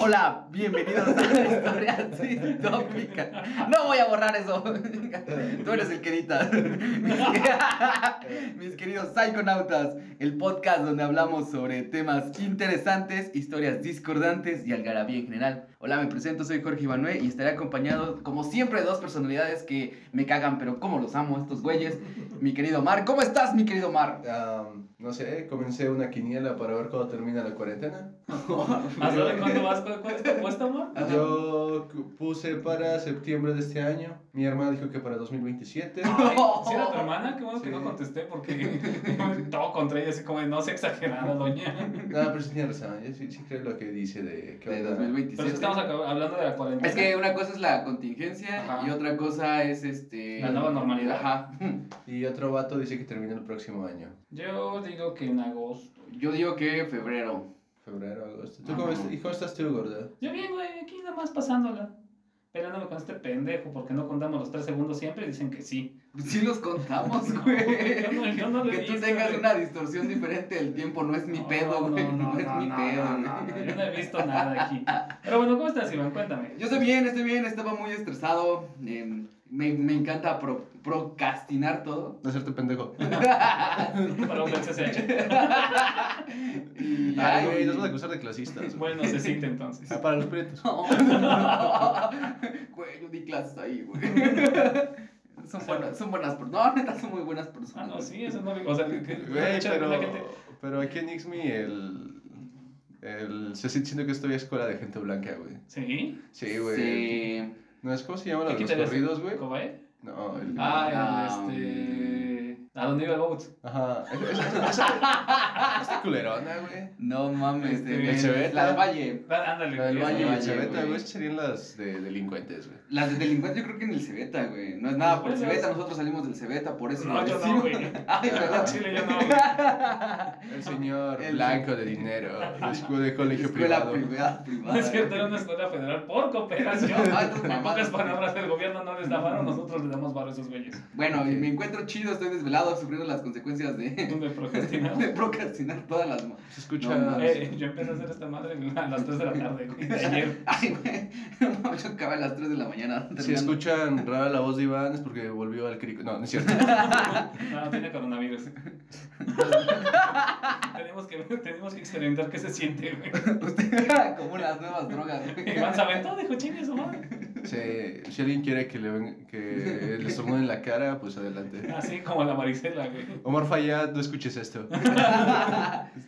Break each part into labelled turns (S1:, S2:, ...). S1: Hola, bienvenidos a Historias Distópicas. No voy a borrar eso. Tú eres el que edita. Mis, que- mis queridos psiconautas, el podcast donde hablamos sobre temas interesantes, historias discordantes y algarabía en general. Hola, me presento, soy Jorge Ibanue y estaré acompañado, como siempre, de dos personalidades que me cagan, pero cómo los amo estos güeyes. Mi querido Mar, ¿cómo estás, mi querido Mar?
S2: Am, no sé, comencé una quiniela para ver cuándo termina la cuarentena.
S3: ¿Hasta de cuándo vas? ¿Cu- ¿Cuánto te cuesta, amor?
S1: Ajá.
S2: Yo cu- puse para septiembre de este año. Mi hermana dijo que para 2027.
S3: Ay, Si era tu hermana, qué bueno que
S2: Sí.
S3: no contesté porque todo contra ella, así como de, no se exagerada, doña.
S2: Nada, pero sí tiene razón. Yo sí, sí creo lo que dice de que
S1: De
S2: van a-
S1: 2027.
S3: Entonces estamos acab- hablando de la cuarentena.
S1: Es que una cosa es la contingencia
S3: Ajá.
S1: y otra cosa es este.
S3: La nueva normalidad.
S1: Ajá.
S2: Y otro vato dice que termina el próximo año.
S3: Yo digo que en agosto.
S1: Yo digo que febrero.
S2: Febrero, agosto. ¿Tú
S1: Ajá.
S2: cómo, est- y cómo estás tú, gorda?
S3: Yo bien, güey, aquí nada más pasándola. Peleándome con este pendejo porque no contamos los tres segundos siempre y dicen que sí.
S1: Sí los contamos,
S3: No,
S1: güey.
S3: yo no- yo no lo he
S1: que tú
S3: visto,
S1: tengas
S3: güey.
S1: una distorsión diferente del tiempo no es mi
S3: No,
S1: pedo, güey. No, es mi
S3: no,
S1: pedo,
S3: no,
S1: güey.
S3: no, no, Yo no he visto nada aquí. Pero bueno, ¿cómo estás, Iván? Cuéntame.
S1: Yo estoy bien, estoy bien, estaba muy estresado. em, me, me encanta pro- procrastinar todo.
S2: No hacerte pendejo.
S3: Para usar CCH.
S1: Y ya,
S2: Ay, güey,
S1: y-
S2: nos van a acusar de clasistas. güey.
S3: Bueno, se siente entonces.
S2: Ah, para los prietos.
S1: Güey, yo di clases ahí, güey. Son buenas, son buenas personas. No, neta, son muy buenas
S3: Ah,
S1: personas.
S3: no, sí, eso no me. O sea, que- que-
S2: Güey,
S3: mucha-
S2: pero,
S3: la gente-
S2: pero aquí en Ixmi el... El... Se siente que estoy a escuela de gente blanca, güey.
S3: Sí.
S2: Sí, güey.
S1: Sí.
S2: No, es cómo se llaman los
S3: ¿Qué te
S2: corridos, güey.
S3: ¿Cobae?
S2: No, el...
S3: Ah,
S1: Ah,
S3: este. ¿A dónde iba el boat?
S2: Ajá. Esa- esa- esa- Esta culerona, güey.
S1: No mames,
S3: Este,
S1: de-
S2: el Cheveta.
S1: la del Valle.
S3: Ah, Ándale,
S2: La del
S3: güey,
S1: Valle,
S2: baño y
S1: Valle,
S2: el chaveta,
S1: güey.
S2: güey. Esas serían las de delincuentes, güey.
S1: Las de delincuentes yo creo que en el Cebeta, güey. No es nada por el
S3: Pues,
S1: Cebeta, nosotros salimos del Cebeta, por eso
S3: No,
S1: lo
S3: yo no,
S1: decimos.
S3: güey.
S1: Ay,
S3: En
S1: perdón.
S3: Chile yo no, güey.
S2: El señor
S1: El-
S2: blanco de dinero. De, escu- de colegio
S1: Escuela
S2: privado.
S1: privada,
S3: No
S1: privada.
S3: es cierto, era una escuela federal por cooperación.
S1: Ah, esas
S3: En pocas
S1: mamadas.
S3: palabras, el gobierno no les da varo, nosotros les damos varo a esos güeyes.
S1: Bueno, y me encuentro chido, estoy desvelado, sufriendo las consecuencias de,
S3: Donde procrastinamos.
S1: de procrastinar todas las... ma-
S2: Se escucha...
S1: No, mames.
S3: Eh, yo empecé a hacer esta madre a las 3 de la tarde, güey, de ayer.
S1: Ay, güey, no mames, yo acabé a las 3 de la mañana.
S2: si
S1: terminando.
S2: escuchan rara la voz de Iván es porque volvió al crico. No, no es cierto.
S3: No, tiene coronavirus. tenemos, que, tenemos que experimentar qué se siente, güey.
S1: Usted, como las nuevas drogas, güey.
S3: Iván se aventó, dijo, chingue su madre.
S2: Sí, si alguien quiere que le, ven- que le estornude en la cara, pues adelante.
S3: Así como la varicela, güey.
S2: Omar Fayad, no escuches esto.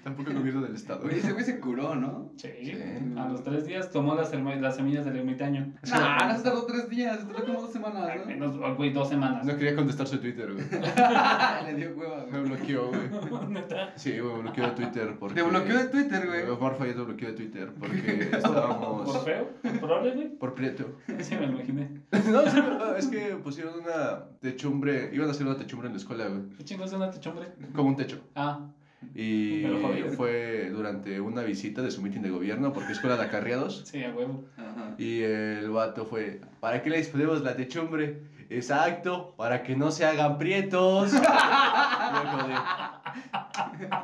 S2: Tampoco el gobierno del estado.
S1: Oye, ese güey se curó, ¿no?
S3: Sí.
S2: Sí.
S3: A los tres días tomó las, herma- las semillas del ermitaño. Ah,
S1: Nah, Ah, no se tardó tres días, se tardó como dos semanas,
S3: Al
S1: ¿no?
S3: menos, oh, güey, dos semanas.
S2: No quería contestar su Twitter, güey.
S1: Ah, Le dio hueva, güey.
S2: Me bloqueó, güey.
S3: Neta.
S2: Sí, güey, me bloqueó de Twitter porque...
S1: Te bloqueó de Twitter, güey.
S2: Omar Fayad me bloqueó de Twitter porque
S3: ¿Por
S2: estábamos...
S3: feo? ¿Por probable, güey?
S2: Por prieto.
S3: Sí, me imaginé.
S2: No, en serio, es que pusieron una techumbre... Iban a hacer una techumbre en la escuela, güey.
S3: ¿Qué chingos es una techumbre?
S2: Como un techo.
S3: Ah,
S2: Y
S3: Pero jodido.
S2: fue durante una visita de su mitin de gobierno porque es escuela de acarreados.
S3: sí, a huevo.
S1: Ajá.
S2: Y el vato fue, ¿para qué les ponemos la techumbre? Exacto, para que no se hagan prietos. Luego de...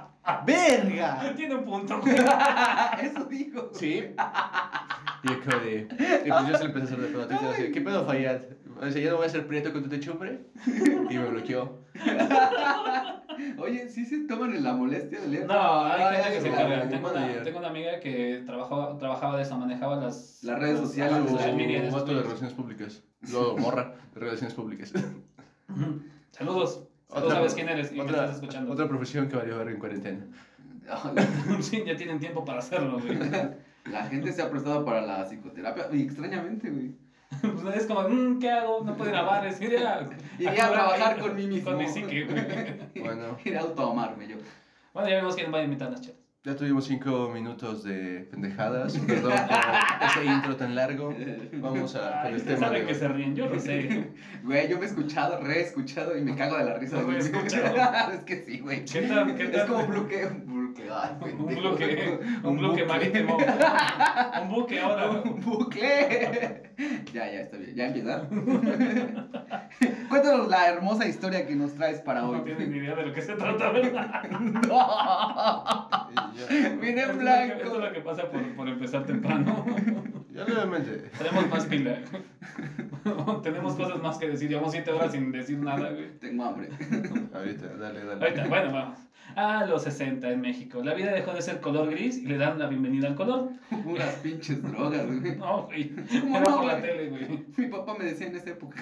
S2: ¡Verga!
S3: Tiene un punto, güey.
S1: Ah, Eso dijo. güey.
S2: Sí. Y yo como de... Y pues yo se le empecé a hacer de pedo a Twitter, así, ¿qué pedo fallar? O sea, ¿ya no voy a ser prieto con tu techumbre? Y me bloqueó.
S1: Oye, ¿sí se toman en la molestia de leer?
S3: No, hay gente que se
S2: eso,
S3: encarga.
S2: güey,
S3: Tengo una,
S2: manager.
S3: tengo una amiga que trabajaba, trabajaba de eso, manejaba las...
S1: Las redes
S3: los-
S1: sociales,
S3: ajá, pues,
S2: Algo,
S3: las social media de
S2: un
S3: esos
S2: vato de
S3: güeyes.
S2: relaciones públicas. Luego, morra, de relaciones públicas.
S3: Ujú. Saludos. Tú sabes quién eres y me
S2: otra-
S3: estás escuchando.
S2: Otra profesión que valió verga en cuarentena.
S1: No, la,
S3: Sí, ya tienen tiempo para hacerlo, güey.
S1: la gente se ha prestado para la psicoterapia. Y extrañamente, güey.
S3: Pues nadie es como, "Mm, ¿qué hago? No puedo ir a bares. Iría,
S1: Iría a trabajar con mí mismo.
S3: Con mi psique, güey.
S2: Bueno.
S1: Ir a autoamarme yo.
S3: Bueno, ya vemos quién va a invitar las chelas.
S2: Ya tuvimos cinco minutos de pendejadas. Perdón por ese intro tan largo. Vamos a Ah, con
S3: Ay,
S2: el
S3: ustedes
S2: tema de
S3: saben que
S2: hoy.
S3: se ríen, yo lo sé.
S1: Güey, yo me he escuchado, reescuchado y me cago de la risa. de
S3: Lo he
S1: mí.
S3: escuchado.
S1: es que sí, güey.
S3: ¿Qué tal? ¿Qué
S1: Es
S3: tal?
S1: como un bloqueo. Un bloqueo. ay,
S3: Un
S1: pendejo.
S3: bloque, un
S1: Un
S3: bloque
S1: buque.
S3: marítimo. Un buque ahora.
S1: Un bucle. ya, ya, está bien. Ya empieza. Cuéntanos la hermosa historia que nos traes para
S3: No
S1: hoy.
S3: tienes ni idea de lo que se trata, ¿verdad?
S1: No.
S2: Y ya.
S1: Vine en
S3: Esto es lo que, esto es lo
S1: blanco.
S3: que pasa por, por empezar temprano.
S2: Ya nuevamente.
S3: Tenemos más pila. Tenemos cosas más que decir. Llevamos siete horas sin decir nada, güey.
S1: Tengo hambre.
S2: Ahorita, dale, dale.
S3: Ahorita, bueno, vamos. A los 60 en México. La vida dejó de ser color gris y le dan la bienvenida al color.
S1: Puras pinches drogas, güey.
S3: No, güey.
S1: ¿Cómo
S3: Era
S1: no,
S3: por la
S1: güey?
S3: tele, güey.
S1: Mi papá me decía en esa época.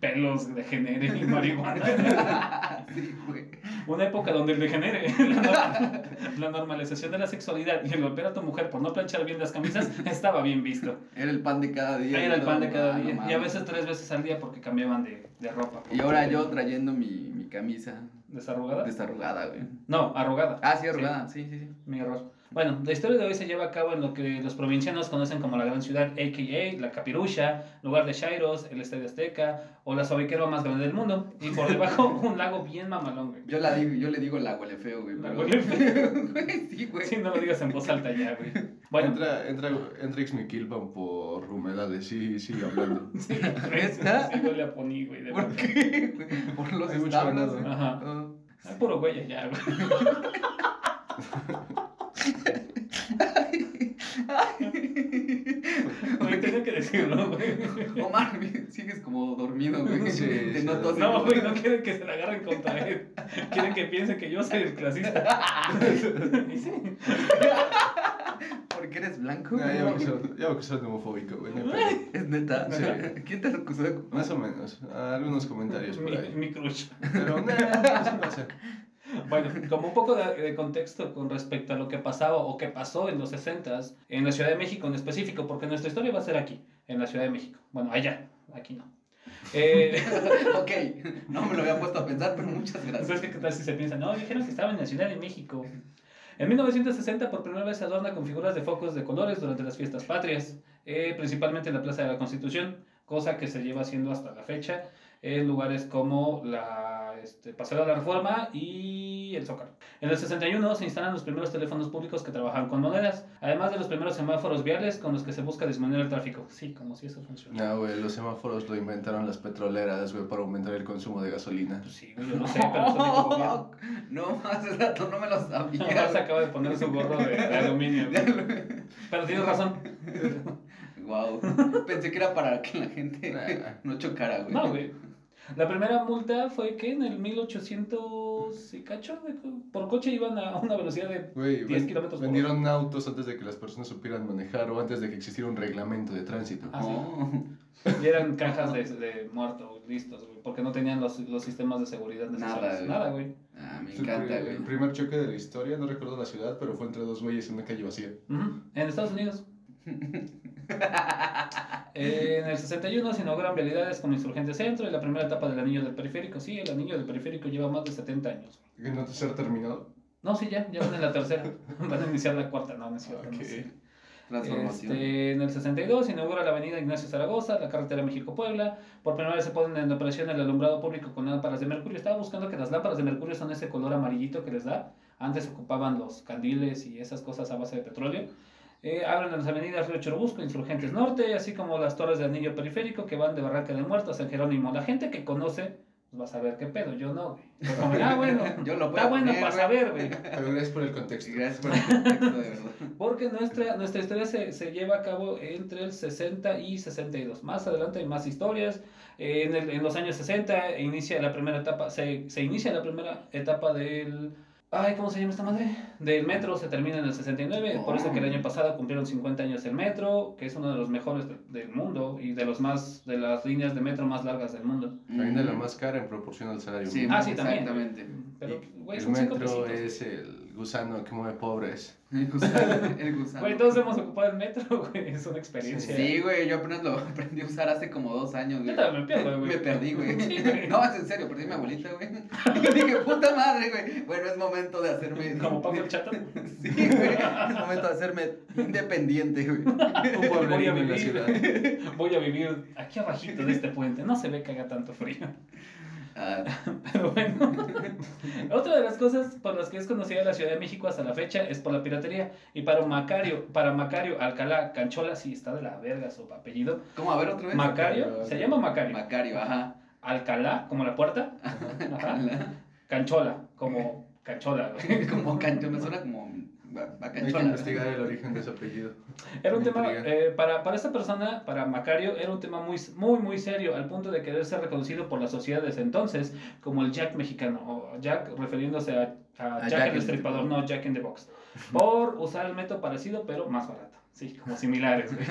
S3: Pelos, degenere y marihuana.
S1: Sí, güey.
S3: Una época donde el degenere, la, norm- la normalización de la sexualidad y el golpear a tu mujer por no planchar bien las camisas estaba bien visto.
S1: Era el pan de cada día.
S3: Ahí era el pan de cada
S1: Ah, no
S3: día. Y a
S1: mames.
S3: veces tres veces al día porque cambiaban de, de ropa.
S1: Y ahora yo trayendo mi, mi camisa
S3: ¿Desarrugada?
S1: desarrugada, güey.
S3: No, arrugada.
S1: Ah, sí, arrugada. Sí, sí, sí.
S3: Mi error. Bueno, la historia de hoy se lleva a cabo en lo que los provincianos conocen como la gran ciudad, a.k.a. la Capirucha, lugar de Shairos, el Estadio Azteca o la suaviquera más grande del mundo. Y por debajo, un lago bien mamalón, güey.
S1: Yo, la digo, yo le digo la huele feo, güey.
S3: La
S1: Pero...
S3: huele feo.
S1: Güey, sí, güey.
S3: Sí, no lo digas en voz alta ya, güey. Bueno,
S2: Entra, entra, entra Ixmiquilpan por humedades, sí, sigue hablando.
S3: sí, ¿ves?
S1: ¿Neta?
S3: Sí, huele a poní, güey. de
S1: ¿Por
S3: verdad.
S1: qué? güey? Por los
S2: Hay mucho
S1: establos.
S2: ganado.
S1: güey.
S3: Ajá.
S1: Ah.
S3: Ay, puro güey allá, güey. Güey, tenía que decirlo, güey.
S1: Omar, güey, sigues como dormido, güey.
S2: Sí,
S1: Te
S2: sí.
S1: noto así
S3: No,
S1: como-
S3: güey, no quieren que se la agarren contra él. Quieren que piensen que yo soy el clasista. Y sí.
S1: ¿Por qué eres blanco?
S3: Ah,
S2: Ya veo que son- ya veo que son homofóbico, güey. no hay pedo.
S1: Es neta.
S2: Sí.
S1: ¿Quién te lo acusó de culpar?
S2: Más o menos. Algunos comentarios por
S3: Mi,
S2: ahí.
S3: mi crush.
S2: Pero nada, no se pasa.
S3: Bueno, como un poco de, de contexto con respecto a lo que pasaba o que pasó en los 60s en la Ciudad de México en específico, porque nuestra historia va a ser aquí, en la Ciudad de México. Bueno, allá, aquí no. Eh,
S1: ok, no me lo había puesto a pensar, pero muchas gracias.
S3: Entonces, ¿qué tal si se piensa? No, dijeron que estaba en la Ciudad de México. En 1960, por primera vez se adorna con figuras de focos de colores durante las fiestas patrias, eh, principalmente en la Plaza de la Constitución, cosa que se lleva haciendo hasta la fecha en lugares como la este, Paseo de la Reforma y el Zócalo. En el 61 se instalan los primeros teléfonos públicos que trabajan con monedas, además de los primeros semáforos viales con los que se busca disminuir el tráfico. Sí, como si eso funcionara.
S2: No, güey, los semáforos lo inventaron las petroleras, güey, para aumentar el consumo de gasolina.
S3: Pues sí, güey, yo no sé, pero eso dijo el gobierno.
S1: No, hace rato no me lo sabía.
S3: Omar se acaba de poner su gorro de, de aluminio. güey. Pero tienes razón.
S1: Wow, pensé que era para que la gente
S2: Nah.
S1: no chocara, güey.
S3: No, güey. La primera multa fue que en el 1800 y cacho de co- por coche iban a una velocidad de...
S2: Güey,
S3: 10
S2: ven-
S3: kilómetros por
S2: vendieron autos antes de que las personas supieran manejar o antes de que existiera un reglamento de tránsito.
S3: Ah, sí.
S1: Oh.
S3: Y eran cajas de, de muerto, güey, listos, güey. Porque no tenían los, los sistemas de seguridad
S1: Nada,
S3: necesarios.
S1: güey.
S3: Nada, güey.
S1: Ah, me
S2: Es el pri-
S1: encanta,
S2: El
S1: güey.
S2: primer choque de la historia, no recuerdo la ciudad, pero fue entre dos güeyes en una calle vacía.
S3: Ujú, En Estados Unidos. Eh, en el 61 se inauguran vialidades con Insurgente Centro y la primera etapa del anillo del periférico. Sí, el anillo del periférico lleva más de 70 años.
S2: Que no te ser terminado.
S3: No, sí, ya, ya van en la tercera. Van a iniciar la cuarta, no, no es cierto, no
S2: Ok.
S3: es cierto.
S1: Transformación.
S3: Este, en el 62 se inaugura la avenida Ignacio Zaragoza, la carretera México-Puebla. Por primera vez se ponen en operación el alumbrado público con lámparas de mercurio. Estaba buscando que las lámparas de mercurio son ese color amarillito que les da. Antes ocupaban los candiles y esas cosas a base de petróleo. Eh, abren las avenidas Río Churubusco, Insurgentes Norte, así como las torres de anillo periférico que van de Barranca de Muerto a San Jerónimo. La gente que conoce pues, va a saber qué pedo, yo no. güey. Pero como, ah, bueno,
S1: Yo lo puedo
S3: está bueno
S1: poner,
S3: para
S1: güey.
S3: saber, güey.
S2: Pero gracias por el contexto.
S1: Gracias por el contexto, de verdad.
S3: Porque nuestra, nuestra historia se, se lleva a cabo entre el 60 y 62. Más adelante hay más historias. Eh, en, el- en los años 60 inicia la primera etapa, se, se inicia la primera etapa del... Ay, ¿cómo se llama esta madre? Del metro se termina en el 69. Por eso que
S1: Oh.
S3: el año pasado cumplieron 50 años el metro, que es uno de los mejores de- del mundo y de, los más, de las líneas de metro más largas del mundo.
S2: También de la más cara en proporción al salario.
S1: Mm. Sí,
S2: mínimo.
S3: Ah, sí, también.
S1: Exactamente.
S3: Pero,
S2: Y
S3: güey,
S2: el
S3: son cinco
S2: metro
S3: pesitos.
S2: es el gusano que mueve pobres.
S1: El gusano. El gusano.
S3: Güey, todos hemos ocupado el metro, güey. Es una experiencia.
S1: Sí, güey, yo apenas lo aprendí a usar hace como dos años, güey.
S3: Yo también me pierdo, güey.
S1: Me perdí, güey.
S3: Sí, güey.
S1: No, es en serio, perdí a mi abuelita, güey. Y dije, puta madre, güey. Bueno, es momento de hacerme.
S3: Como Pablo el Chato.
S1: Sí, güey. Es momento de hacerme independiente, güey.
S2: Un
S3: Voy a
S2: pueblerino en la
S3: vivir.
S2: ciudad.
S3: Voy a vivir aquí abajito de este puente. No se ve que haga tanto frío.
S1: Ah,
S3: Pero bueno. Otra de las cosas por las que es conocida la Ciudad de México hasta la fecha es por la piratería. Y para Macario, para Macario Alcalá Canchola, sí está de la verga su apellido.
S1: ¿Cómo? A ver otra vez.
S3: Macario, se llama Macario.
S1: Macario, ajá.
S3: Alcalá, como la puerta. Ajá. Canchola, como canchola. güey.
S1: Como cancho, me suena como a- a
S2: Hay que
S1: canchola.
S2: investigar el origen de ese apellido.
S3: Era un
S2: Me
S3: tema,
S2: intriga.
S3: eh, para, para esta persona, para Macario, era un tema muy, muy, muy serio, al punto de querer ser reconocido por la sociedad desde entonces como el Jack mexicano, o Jack refiriéndose a, a Jack, este el Destripador, no Jack in the Box, por usar el método parecido, pero más barato. Sí, como similares, güey.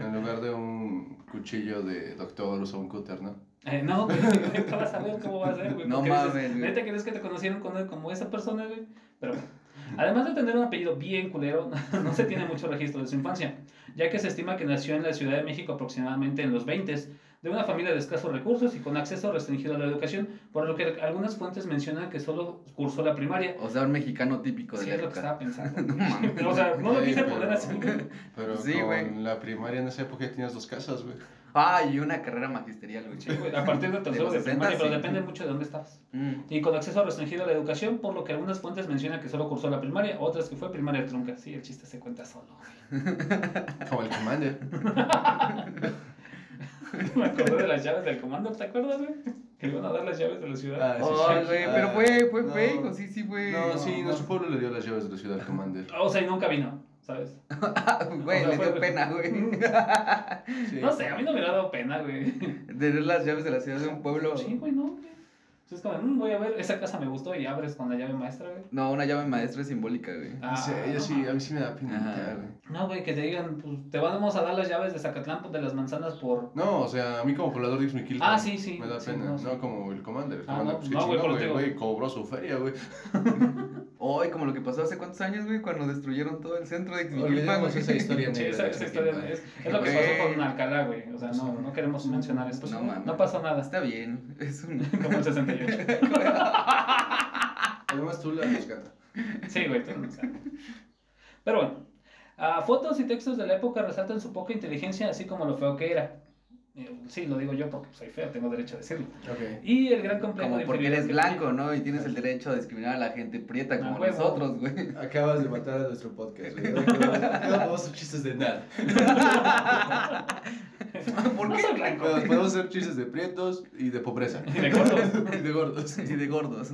S2: En lugar de un cuchillo de doctor, usa un cutter, ¿no?
S3: Eh, no, güey, neta vas a ver cómo va a ser, güey.
S1: No
S3: porque
S1: mames,
S3: dices,
S1: güey.
S3: Neta, ¿crees que te conocieron con- como esa persona, güey? Pero bueno. Además de tener un apellido bien culero, no se tiene mucho registro de su infancia, ya que se estima que nació en la Ciudad de México aproximadamente en los 20 de una familia de escasos recursos y con acceso restringido a la educación, por lo que algunas fuentes mencionan que solo cursó la primaria.
S1: O sea, un mexicano típico de
S3: Sí,
S1: la
S3: es lo que
S1: época.
S3: estaba pensando.
S1: No mames.
S3: O sea, no lo
S2: Sí,
S3: quise
S2: pero-
S3: poner así. güey.
S2: Pero
S1: Sí,
S2: con
S1: güey.
S2: la primaria en esa época ya tenías dos casas, güey.
S1: Ah, y una carrera magisterial, güey.
S3: Sí, güey, A partir de tercero
S1: los
S3: de
S1: 60,
S3: primaria, pero
S1: sí.
S3: depende mucho de dónde estabas.
S1: Mm.
S3: Y con acceso restringido a la educación, por lo que algunas fuentes mencionan que solo cursó la primaria, otras que fue primaria trunca. Sí, el chiste se cuenta solo.
S2: Como el Commander.
S3: Me acordé de las llaves del comando, ¿te acuerdas, güey? Que le iban a dar las llaves de la ciudad.
S2: Ah, sí,
S1: Oh,
S2: sí.
S1: güey,
S2: Ah,
S1: pero fue, fue
S2: no.
S1: fake, o sí, sí fue.
S2: No, sí, nuestro pueblo le dio las llaves de la ciudad al Commander.
S3: O sea, y nunca vino, ¿sabes?
S1: ah, Güey,
S3: o
S1: le
S3: sea,
S1: dio
S3: fue-
S1: pena, güey.
S2: Sí.
S3: No sé, a mí no me hubiera dado pena, güey.
S1: Tener las llaves de la ciudad de un pueblo.
S3: Sí, güey, no, güey. Entonces, Es como, "Mm, voy a ver, esa casa me gustó y abres con la llave maestra, güey.
S1: No, una llave maestra es simbólica, güey.
S3: Ah,
S2: No sé, yo sí, a mí sí me da pena,
S1: Ajá.
S2: güey.
S3: No, güey, que te digan, pues te vamos a dar las llaves de Zacatlán pues, de las manzanas por.
S2: No, o sea, a mí como poblador de Ixmiquilpan
S3: Ah, sí, sí,
S2: Me da
S3: sí,
S2: pena.
S3: no,
S2: No,
S3: sí.
S2: como el Commander. El
S3: Ah,
S2: Commander,
S3: no,
S2: pues qué
S3: no, güey,
S2: chingón,
S3: pero
S2: güey,
S3: te
S2: güey,
S3: digo-
S2: cobró su feria, güey.
S1: Hoy, como lo que pasó hace cuántos años, güey, cuando destruyeron todo el centro de Ixmiquilpan,
S2: Olvidemos
S1: güey.
S2: esa historia
S3: Sí,
S2: negra.
S3: esa,
S2: de
S3: esa historia
S2: Ixmiquilpan.
S3: es, es lo que pasó con Alcalá, güey. O sea, no, no queremos mencionar esto.
S1: No mames.
S3: no pasó nada.
S1: Ah, Está bien, es un.
S3: Como el 68.
S2: Además tú la rescata.
S3: Sí, güey, tú no sabes. Pero bueno, ah, fotos y textos de la época resaltan su poca inteligencia, así como lo feo que era. Eh, Sí, lo digo yo porque soy feo, tengo derecho a decirlo.
S2: Ok.
S3: Y el gran complejo
S1: Como
S3: de
S1: porque
S3: inferioridad
S1: eres
S3: que
S1: blanco, ¿no? Y
S2: Ah.
S1: tienes el derecho a discriminar a la gente prieta como
S3: Ah, huevo.
S1: nosotros, güey.
S2: Acabas de matar a nuestro podcast, güey. No podemos hacer chistes de nada.
S1: ¿Por
S3: No
S1: qué?
S3: soy blanco. güey.
S2: Podemos hacer chistes de prietos y de pobreza.
S3: Y de gordos.
S2: y de gordos.
S1: Sí, de gordos.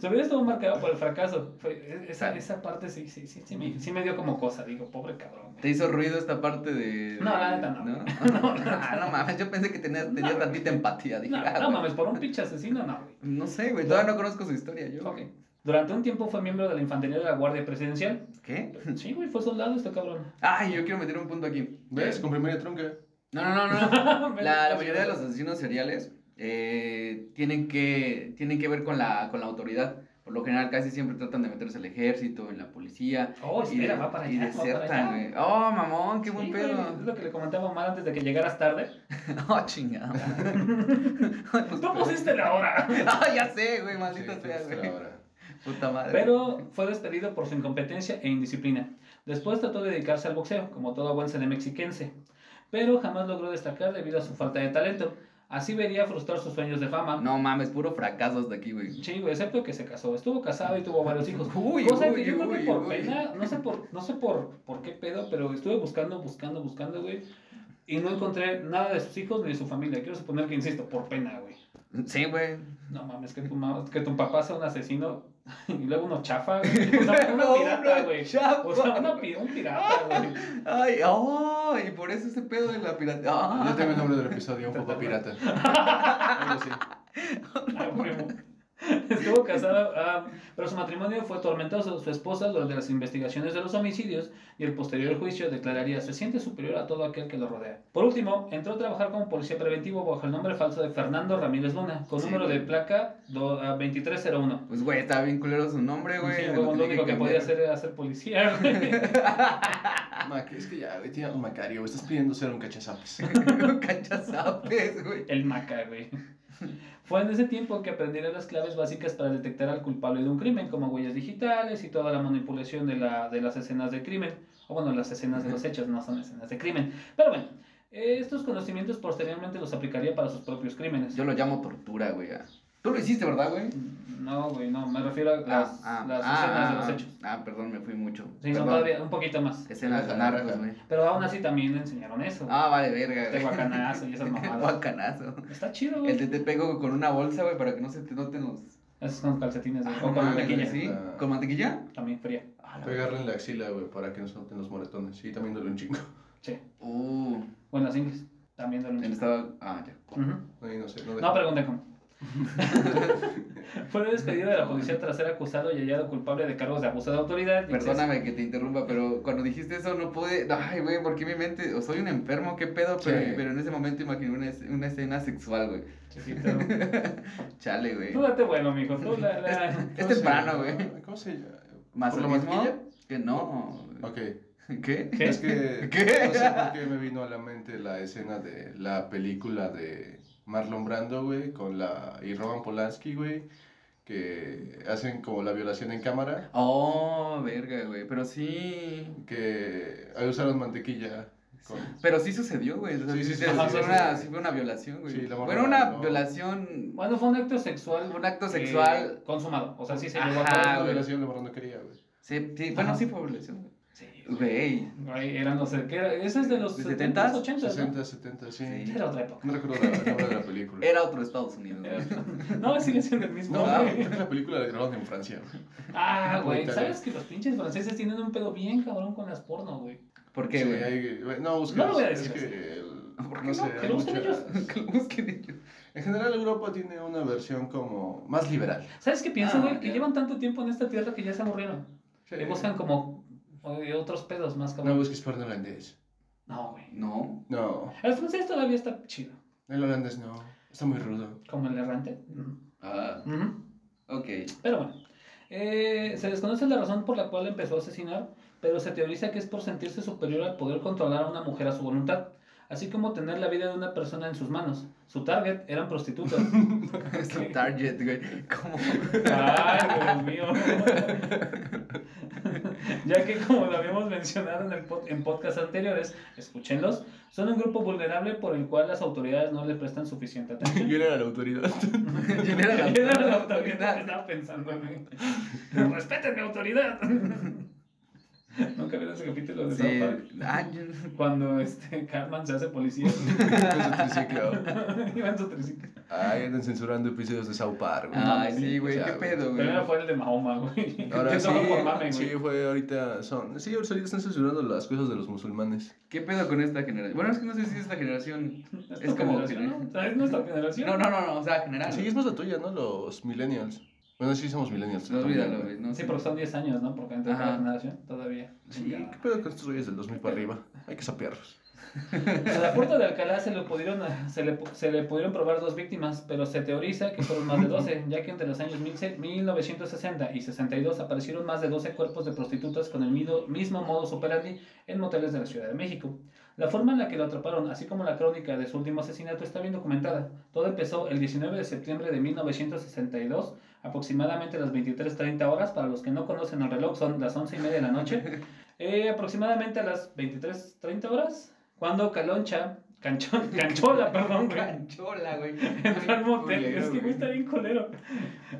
S3: Su vida estuvo marcada por el fracaso. Fue- e, esa, esa parte sí, sí, sí, sí, me, sí me dio como cosa. Digo, pobre cabrón.
S1: ¿Te hizo ruido esta parte de.?
S3: No, la neta no.
S1: ¿No?
S3: No, la neta
S1: Ah, no mames, yo pensé que tenías, tenía
S3: No,
S1: tantita empatía. Dije,
S3: No,
S1: ah,
S3: no
S1: güey.
S3: mames, por un pinche asesino, no, güey.
S1: No sé, güey, todavía no conozco su historia yo.
S3: Ok. Durante un tiempo fue miembro de la infantería de la Guardia Presidencial.
S1: ¿Qué?
S3: Sí, güey, fue soldado este cabrón.
S1: Ay, yo quiero meter un punto aquí.
S2: ¿Ves? Con primaria trunca.
S1: No, no, no, no. La, la mayoría de los asesinos seriales eh, tienen, que, tienen que ver con la, con la autoridad. Por lo general, casi siempre tratan de meterse al ejército, en la policía.
S3: Oh,
S1: y
S3: espera,
S1: de-
S3: va para allá.
S1: Y
S3: va para allá.
S1: desertan, güey. Oh, mamón, qué buen
S3: Sí, güey,
S1: pedo.
S3: Es lo que le comentaba a Omar antes de que llegaras tarde.
S1: Oh, chingada.
S3: Pues tú pusiste la hora.
S1: Ah, ya sé, güey, maldita
S2: Sí,
S1: sea,
S2: pues,
S1: güey.
S2: ahora.
S1: Puta madre.
S3: Pero fue despedido por su incompetencia e indisciplina. Después trató de dedicarse al boxeo, como todo buen cine mexiquense. Pero jamás logró destacar debido a su falta de talento. Así vería frustrar sus sueños de fama.
S1: No mames, puro fracaso hasta aquí, güey.
S3: Sí, güey, excepto que se casó. Estuvo casado y tuvo varios hijos.
S1: Uy,
S3: Cosa
S1: uy,
S3: que yo creo que
S1: uy,
S3: por
S1: uy.
S3: pena, no sé por, no sé por, por qué pedo, pero estuve buscando, buscando, buscando, güey. Y no encontré nada de sus hijos ni de su familia. Quiero suponer que, insisto, por pena, güey.
S1: Sí, güey.
S3: No mames, que tu, ma- que tu papá sea un asesino y luego uno chafa, güey. O sea,
S1: Luego
S3: uno
S1: uno
S3: pirata, güey. O sea,
S1: chafa.
S3: una pi- un pirata, güey.
S1: Ay, oh, y por eso ese pedo de la ah. piratería.
S2: Ya tengo el nombre del episodio, un papá pirata. Algo así.
S3: Ah, huevo. Estuvo casada, ah, pero su matrimonio fue tormentoso. Su esposa, durante las investigaciones de los homicidios y el posterior juicio, declararía se siente superior a todo aquel que lo rodea. Por último, entró a trabajar como policía preventivo bajo el nombre falso de Fernando Ramírez Luna, con
S1: Sí,
S3: número de
S1: güey.
S3: placa do- ah, 2301.
S1: Pues, güey, estaba bien culero su nombre, güey.
S3: Sí,
S1: se
S3: huevo, lo
S1: tiene
S3: único que podía
S1: cambiar.
S3: hacer era ser policía, güey.
S2: Mac, es que ya, güey, tiene un Macario, güey, estás pidiendo ser un cachazapes.
S1: Cachazapes, güey.
S3: El maca, güey. Fue en ese tiempo que aprendiera las claves básicas para detectar al culpable de un crimen, como huellas digitales y toda la manipulación de, la, de las escenas de crimen. O bueno, las escenas de los hechos no son escenas de crimen. Pero bueno, eh, estos conocimientos posteriormente los aplicaría para sus propios crímenes.
S1: Yo lo llamo tortura, güey. ah. Tú lo hiciste, ¿verdad, güey?
S3: No, güey, no, me refiero a las, las escenas de los
S1: ah,
S3: hechos.
S1: ah, perdón, me fui mucho.
S3: Sí, son
S1: Perdón.
S3: todavía un poquito más.
S1: Escenas de narcos, güey.
S3: Pero aún así también enseñaron eso.
S1: Ah, vale, verga.
S3: Este
S1: güey.
S3: guacanazo y esas mamadas.
S1: Guacanazo.
S3: Está chido, güey.
S1: El de te pego con una bolsa, güey, para que no se te noten los.
S3: Esos son calcetines, güey.
S1: Ah,
S3: o con
S1: mames,
S3: mantequilla.
S1: ¿Sí?
S2: Ah.
S1: ¿Con mantequilla?
S3: También fría.
S1: Ah, la-
S2: Pegarle en la axila, güey, para que no se noten los moretones. Sí, también duele un chingo.
S3: Sí.
S1: Uh,
S3: O en las ingles. También duele
S1: él
S3: mucho.
S1: estaba. Ah, ya.
S3: Ujú.
S2: Ay, no sé, no
S3: No
S2: deja.
S3: pregunten cómo. Pues Fue despedido de la policía tras ser acusado y hallado culpable de cargos de abuso de autoridad. y
S1: Perdóname que te interrumpa, pero cuando dijiste eso no pude. Ay, güey, ¿por qué mi mente? O soy un enfermo, qué pedo, pero,
S2: Sí.
S1: pero en ese momento imaginé una, es- una escena sexual, güey.
S3: exceso. Chiquito.
S1: Chale, güey.
S3: Tú date bueno, mijo. Tú la, la...
S1: Este Es
S2: ¿Cómo se
S1: temprano,
S2: llama?
S1: güey.
S2: ¿Cómo se llama?
S1: ¿Más
S2: ¿Por la mantequilla?
S1: Que no.
S2: Ok.
S1: ¿Qué?
S3: ¿Qué?
S2: Es que
S1: ¿Qué?
S2: no sé por qué me vino a la mente la escena de la película de Marlon Brando, güey, con la y Roman Polanski, güey, que hacen como la violación en cámara,
S1: Oh, verga, güey. Pero sí.
S2: que ahí usaron mantequilla. Con...
S1: Pero sí sucedió, güey. O sea,
S2: Sí,
S1: sí,
S2: sí,
S1: sí,
S2: sí,
S1: fue
S3: sí, sí,
S1: una,
S2: sí.
S1: sí fue una violación, güey.
S2: Sí, la morra
S1: bueno, una
S2: no-
S1: violación.
S3: Bueno, fue un acto sexual.
S1: Un acto
S3: eh,
S1: sexual.
S3: consumado. O sea, sí se llevó a
S1: Ajá,
S3: cabo.
S2: Ah, la
S1: güey.
S2: violación la morra no quería, güey.
S1: Sí, sí, bueno,
S3: Ajá.
S1: sí fue violación, güey.
S3: Sí.
S1: Güey.
S3: Ay, eran los. ¿qué era? Ese es de los
S1: ¿De
S3: 70s,
S1: 70s?
S3: 80s. ¿no?
S2: 60, 70, sí.
S1: Sí.
S3: Era otra época.
S2: No recuerdo la- el nombre de la película.
S1: Era otro Estados Unidos, güey.
S3: Era- No, sigue siendo el mismo.
S2: No,
S1: Ah.
S2: creo
S3: güey.
S2: que la película la grabaron en Francia, güey.
S3: Ah, güey.
S2: Puta,
S3: ¿Sabes que los pinches franceses tienen un pedo bien cabrón con las porno, güey?
S1: ¿Por qué,
S2: Sí,
S1: güey?
S2: hay- güey, no, busques,
S3: No lo voy a
S2: Es
S3: decir así.
S2: que el-
S1: ¿Por qué
S2: Ah, no
S1: no?
S2: sé,
S1: Que
S2: hay
S3: lo busquen
S2: muchas-
S1: Que lo busquen ellos.
S2: En general Europa tiene una versión como más liberal.
S3: ¿Sabes qué pienso,
S1: Ah,
S3: güey?
S1: ya.
S3: Que llevan tanto tiempo en esta tierra que ya se aburrieron. Y buscan como oye, otros pedos más
S2: No
S3: cabrón.
S2: busques porno holandés.
S3: No, güey.
S1: No.
S2: No,
S3: El francés todavía está chido.
S2: el holandés no. Está muy rudo.
S3: Como el errante.
S1: Ah,
S3: Ujú.
S1: ok.
S3: Pero bueno. Eh, se desconoce la razón por la cual empezó a asesinar, pero se teoriza que es por sentirse superior al poder controlar a una mujer a su voluntad, así como tener la vida de una persona en sus manos. Su target eran prostitutas.
S1: Es un target, güey. ¿Cómo?
S3: Ay, Dios mío. ya que como lo habíamos mencionado en, el pod- en podcasts anteriores, escúchenlos, son un grupo vulnerable por el cual las autoridades no le prestan suficiente atención.
S2: era la autoridad.
S1: Yo era la
S3: Era la autoridad que
S1: autoridad.
S3: estaba pensando en mí. Respeten mi autoridad. Nunca vieron ese capítulo de South Park?
S1: Sí. Ah, yo-
S3: Cuando este Cartman se hace policía. Iba en su triciclo.
S2: Ay, andan censurando episodios de South Park. güey.
S1: Ay, sí, güey.
S2: Ya,
S1: ¿Qué pedo, güey?
S3: Primero fue el de Mahoma, güey. Ah. Que
S2: Ahora sí,
S3: todo por mame,
S2: sí,
S3: güey.
S2: fue ahorita son. Sí, ahorita están censurando las cosas de los musulmanes.
S1: ¿Qué pedo con esta generación? Bueno, es que no sé si es la generación.
S3: Es,
S1: Es
S3: tu
S1: como
S3: generación,
S1: que-
S3: ¿no? O sea, es nuestra generación.
S1: No, no, no, no. O sea, general.
S2: Sí, es más la tuya, ¿no? Los millennials. Bueno, sí somos millennials.
S1: No,
S2: también,
S1: olvídalo,
S2: güey.
S1: güey. No,
S3: Sí, porque son 10 años, ¿no? Porque entre
S1: Ajá.
S3: cada generación todavía.
S2: Sí, ¿qué pedo con estos güeyes del 2000 para arriba? Hay que sapearlos.
S3: A la puerta de Alcalá se le, pudieron, se, le, se le pudieron probar dos víctimas, pero se teoriza que fueron más de 12, ya que entre los años 1000 1960 y 62 aparecieron más de 12 cuerpos de prostitutas con el mido- mismo modo operandi en moteles de la Ciudad de México. La forma en la que lo atraparon, así como la crónica de su último asesinato, está bien documentada. Todo empezó el 19 de septiembre de 1962, aproximadamente las 23.30 horas. Para los que no conocen el reloj, son las 11 y media de la noche. Eh, aproximadamente a las 23.30 horas, cuando Caloncha, Canchón, Canchola, perdón, güey,
S1: Canchola, güey.
S3: entró al motel,
S1: Culero,
S3: es que güey, está bien colero,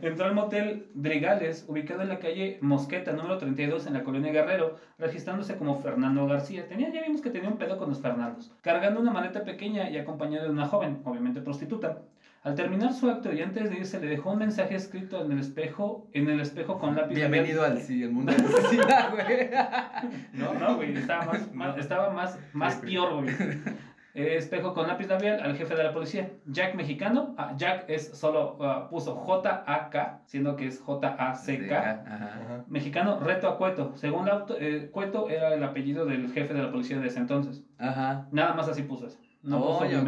S3: entró al motel Drigales, ubicado en la calle Mosqueta, número 32, en la colonia Guerrero, registrándose como Fernando García. Tenía, ya vimos que tenía un pedo con los Fernandos, cargando una maleta pequeña y acompañado de una joven, obviamente prostituta. Al terminar su acto y antes de irse, le dejó un mensaje escrito en el espejo, en el espejo con lápiz. labial.
S1: Bienvenido al sí, el mundo de la sociedad, güey.
S3: No, no, güey, estaba más, más- estaba más, más
S2: güey.
S3: peor, güey. Eh, espejo con lápiz labial al jefe de la policía, Jack mexicano. Ah, Jack es solo, ah, puso J-A-K, siendo que es J-A-C-K.
S1: Ajá.
S3: Mexicano, reto a Cueto. Según la, auto- eh, Cueto era el apellido del jefe de la policía de ese entonces.
S1: Ajá.
S3: Nada más así puso eso. No puso
S1: Oye, ok,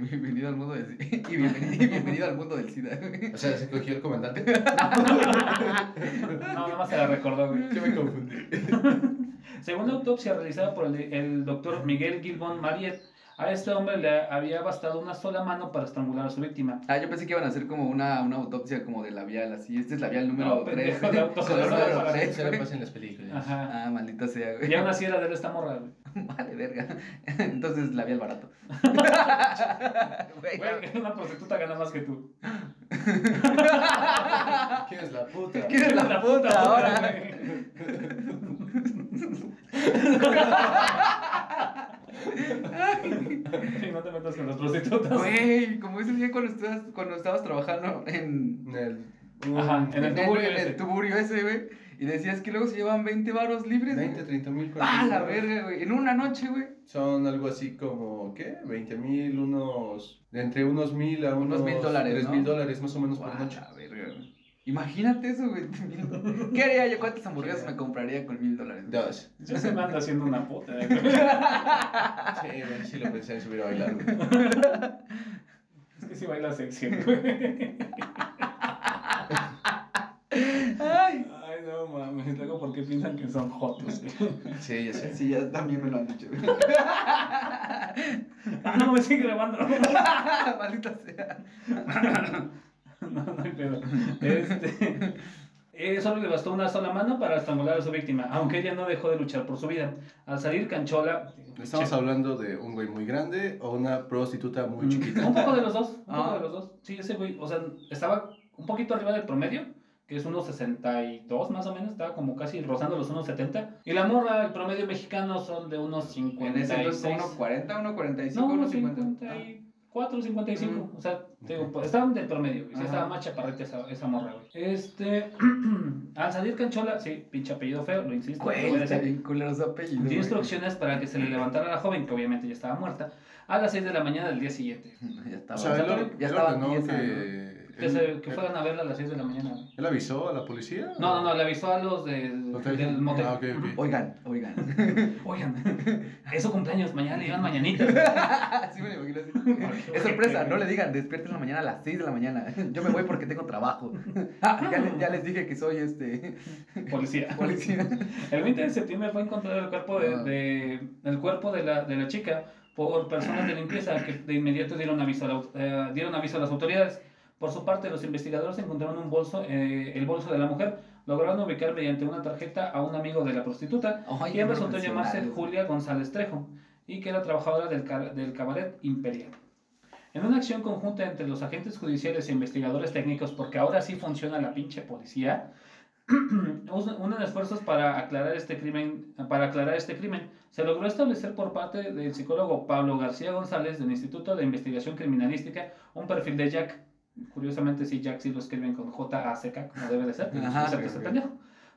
S3: bienvenido al mundo del SIDA.
S1: güey. Bienvenido al mundo del SIDA. Y bienvenido, y bienvenido al mundo del SIDA, güey.
S2: O sea, se cogió el comandante.
S3: No, nada más se la recordó, güey.
S2: Yo me confundí.
S3: Según la autopsia realizada por el, el doctor Miguel Gilbón Mariet, A este hombre le había bastado una sola mano para estrangular a su víctima.
S1: Ah, yo pensé que iban a hacer como una, una autopsia como de labial, así. Este es labial número
S3: No,
S1: 3.
S3: pendejo, la autopsia
S1: Color
S3: solo
S1: número
S3: para
S1: tres,
S4: Eso
S1: güey.
S4: le pasa en las películas.
S3: Ajá.
S1: Ah, maldita sea, güey.
S3: Y aún así era de él esta morra, güey.
S1: Vale, verga. Entonces, labial barato. Güey,
S3: Güey, Una prostituta gana más que tú.
S4: ¿Quién es la puta?
S1: ¿Quién es la puta ahora?
S3: güey. Sí, no te metas con las prostitutas.
S1: Güey, como ese día cuando estabas, cuando estabas trabajando en,
S2: En el-
S3: Ajá, en el tuburio
S1: en
S3: ese.
S1: el tuburio ese, güey. Y decías que luego se llevan 20 varos libres. güey.
S2: 20, 30 mil.
S1: Ah, la verga, güey. En una noche, güey.
S2: Son algo así como, ¿qué? 20 mil, unos... de Entre unos mil a
S1: Unos
S2: unos...
S1: mil dólares,
S2: 3
S1: ¿no?
S2: mil dólares más o menos por
S1: Guau,
S2: noche.
S1: Ah, la verga, güey. Imagínate eso, güey. ¿Qué haría yo? ¿Cuántas hamburguesas me compraría con mil dólares? güey?
S2: Dos.
S3: Yo se me ando haciendo una puta. güey.
S2: Sí, güey, sí lo pensé en subir a bailar, güey.
S3: Es que sí baila sexy, güey.
S1: Ay.
S3: Ay, no mames. Luego, ¿por qué piensan que son jotos? güey?
S2: Sí, ya sé.
S1: Sí, ya también me lo han dicho, güey.
S3: Ah, no, me sigue grabando.
S1: Ah, Maldita sea.
S3: No, no hay pedo. Este, eh, solo le bastó una sola mano para estrangular a su víctima, aunque ella no dejó de luchar por su vida. Al salir, Canchola.
S2: Estamos hablando de un güey muy grande o una prostituta muy
S3: Mm,
S2: chiquita.
S3: Un poco de los dos. Un
S1: Ah.
S3: poco de los dos. Sí, ese güey. O sea, estaba un poquito arriba del promedio, que es unos 62 más o menos. Estaba como casi rozando los 1,70. Y la morra, el promedio mexicano, son de unos
S1: En ese entonces,
S3: 56.
S1: 1.40, 1.45,
S3: No, unos
S1: 1.50. Ah. Mm.
S3: 54, 55. O sea, te digo,
S2: Ok.
S3: pues, estaban del promedio, güey. Sí,
S1: Ajá.
S3: Estaba más chaparreta esa, esa morra, güey. Este. al salir Canchola, sí, pinche apellido feo, lo insisto. lo voy
S1: Güey,
S3: a
S1: está
S3: decir.
S1: bien culero su apellido.
S3: Dio
S1: güey.
S3: instrucciones para que se le levantara a la joven, que obviamente ya estaba muerta, a las 6 de la mañana del día siguiente.
S1: Ya estaba.
S2: O sea, él,
S1: ya
S2: or- él
S1: estaba
S2: ordenó
S1: tiesa, ¿no?
S2: que...
S3: Que, se- que fueran a verla a las 6 de la mañana. güey.
S2: ¿Él avisó a la policía?
S3: No,
S1: Ah.
S3: no, no, le avisó a los de-
S2: Hotel.
S3: del motel.
S2: Ah, ok, ok.
S1: Oigan, oigan.
S3: Oigan, es su cumpleaños, mañana le llevan mañanitas.
S1: Así me lo imagino así. Es sorpresa, no le digan, despierten en la mañana a las 6 de la mañana. Yo me voy porque tengo trabajo. Ah, ya, le- ya les dije que soy este
S3: Policía.
S1: policía.
S3: El 20 de septiembre fue encontrado el cuerpo de,
S1: Ah.
S3: de- el cuerpo de la, de la chica por personas de limpieza que de inmediato dieron aviso a, la au- eh, dieron aviso a las autoridades. Por su parte, los investigadores encontraron un bolso, eh, el bolso de la mujer, lograron ubicar mediante una tarjeta a un amigo de la prostituta,
S1: Ay,
S3: quien
S1: qué
S3: resultó llamarse
S1: profesionales.
S3: Julia González Trejo y que era trabajadora del, ca- del cabaret Imperial. En una acción conjunta entre los agentes judiciales e investigadores técnicos, porque ahora sí funciona la pinche policía, Usa- unen esfuerzos para aclarar este crimen para aclarar este crimen se logró establecer por parte del psicólogo Pablo García González del Instituto de Investigación Criminalística un perfil de Jack curiosamente si Jack sí lo escriben con J A C K como debe de ser
S1: Ajá.
S3: excepto este pendejo.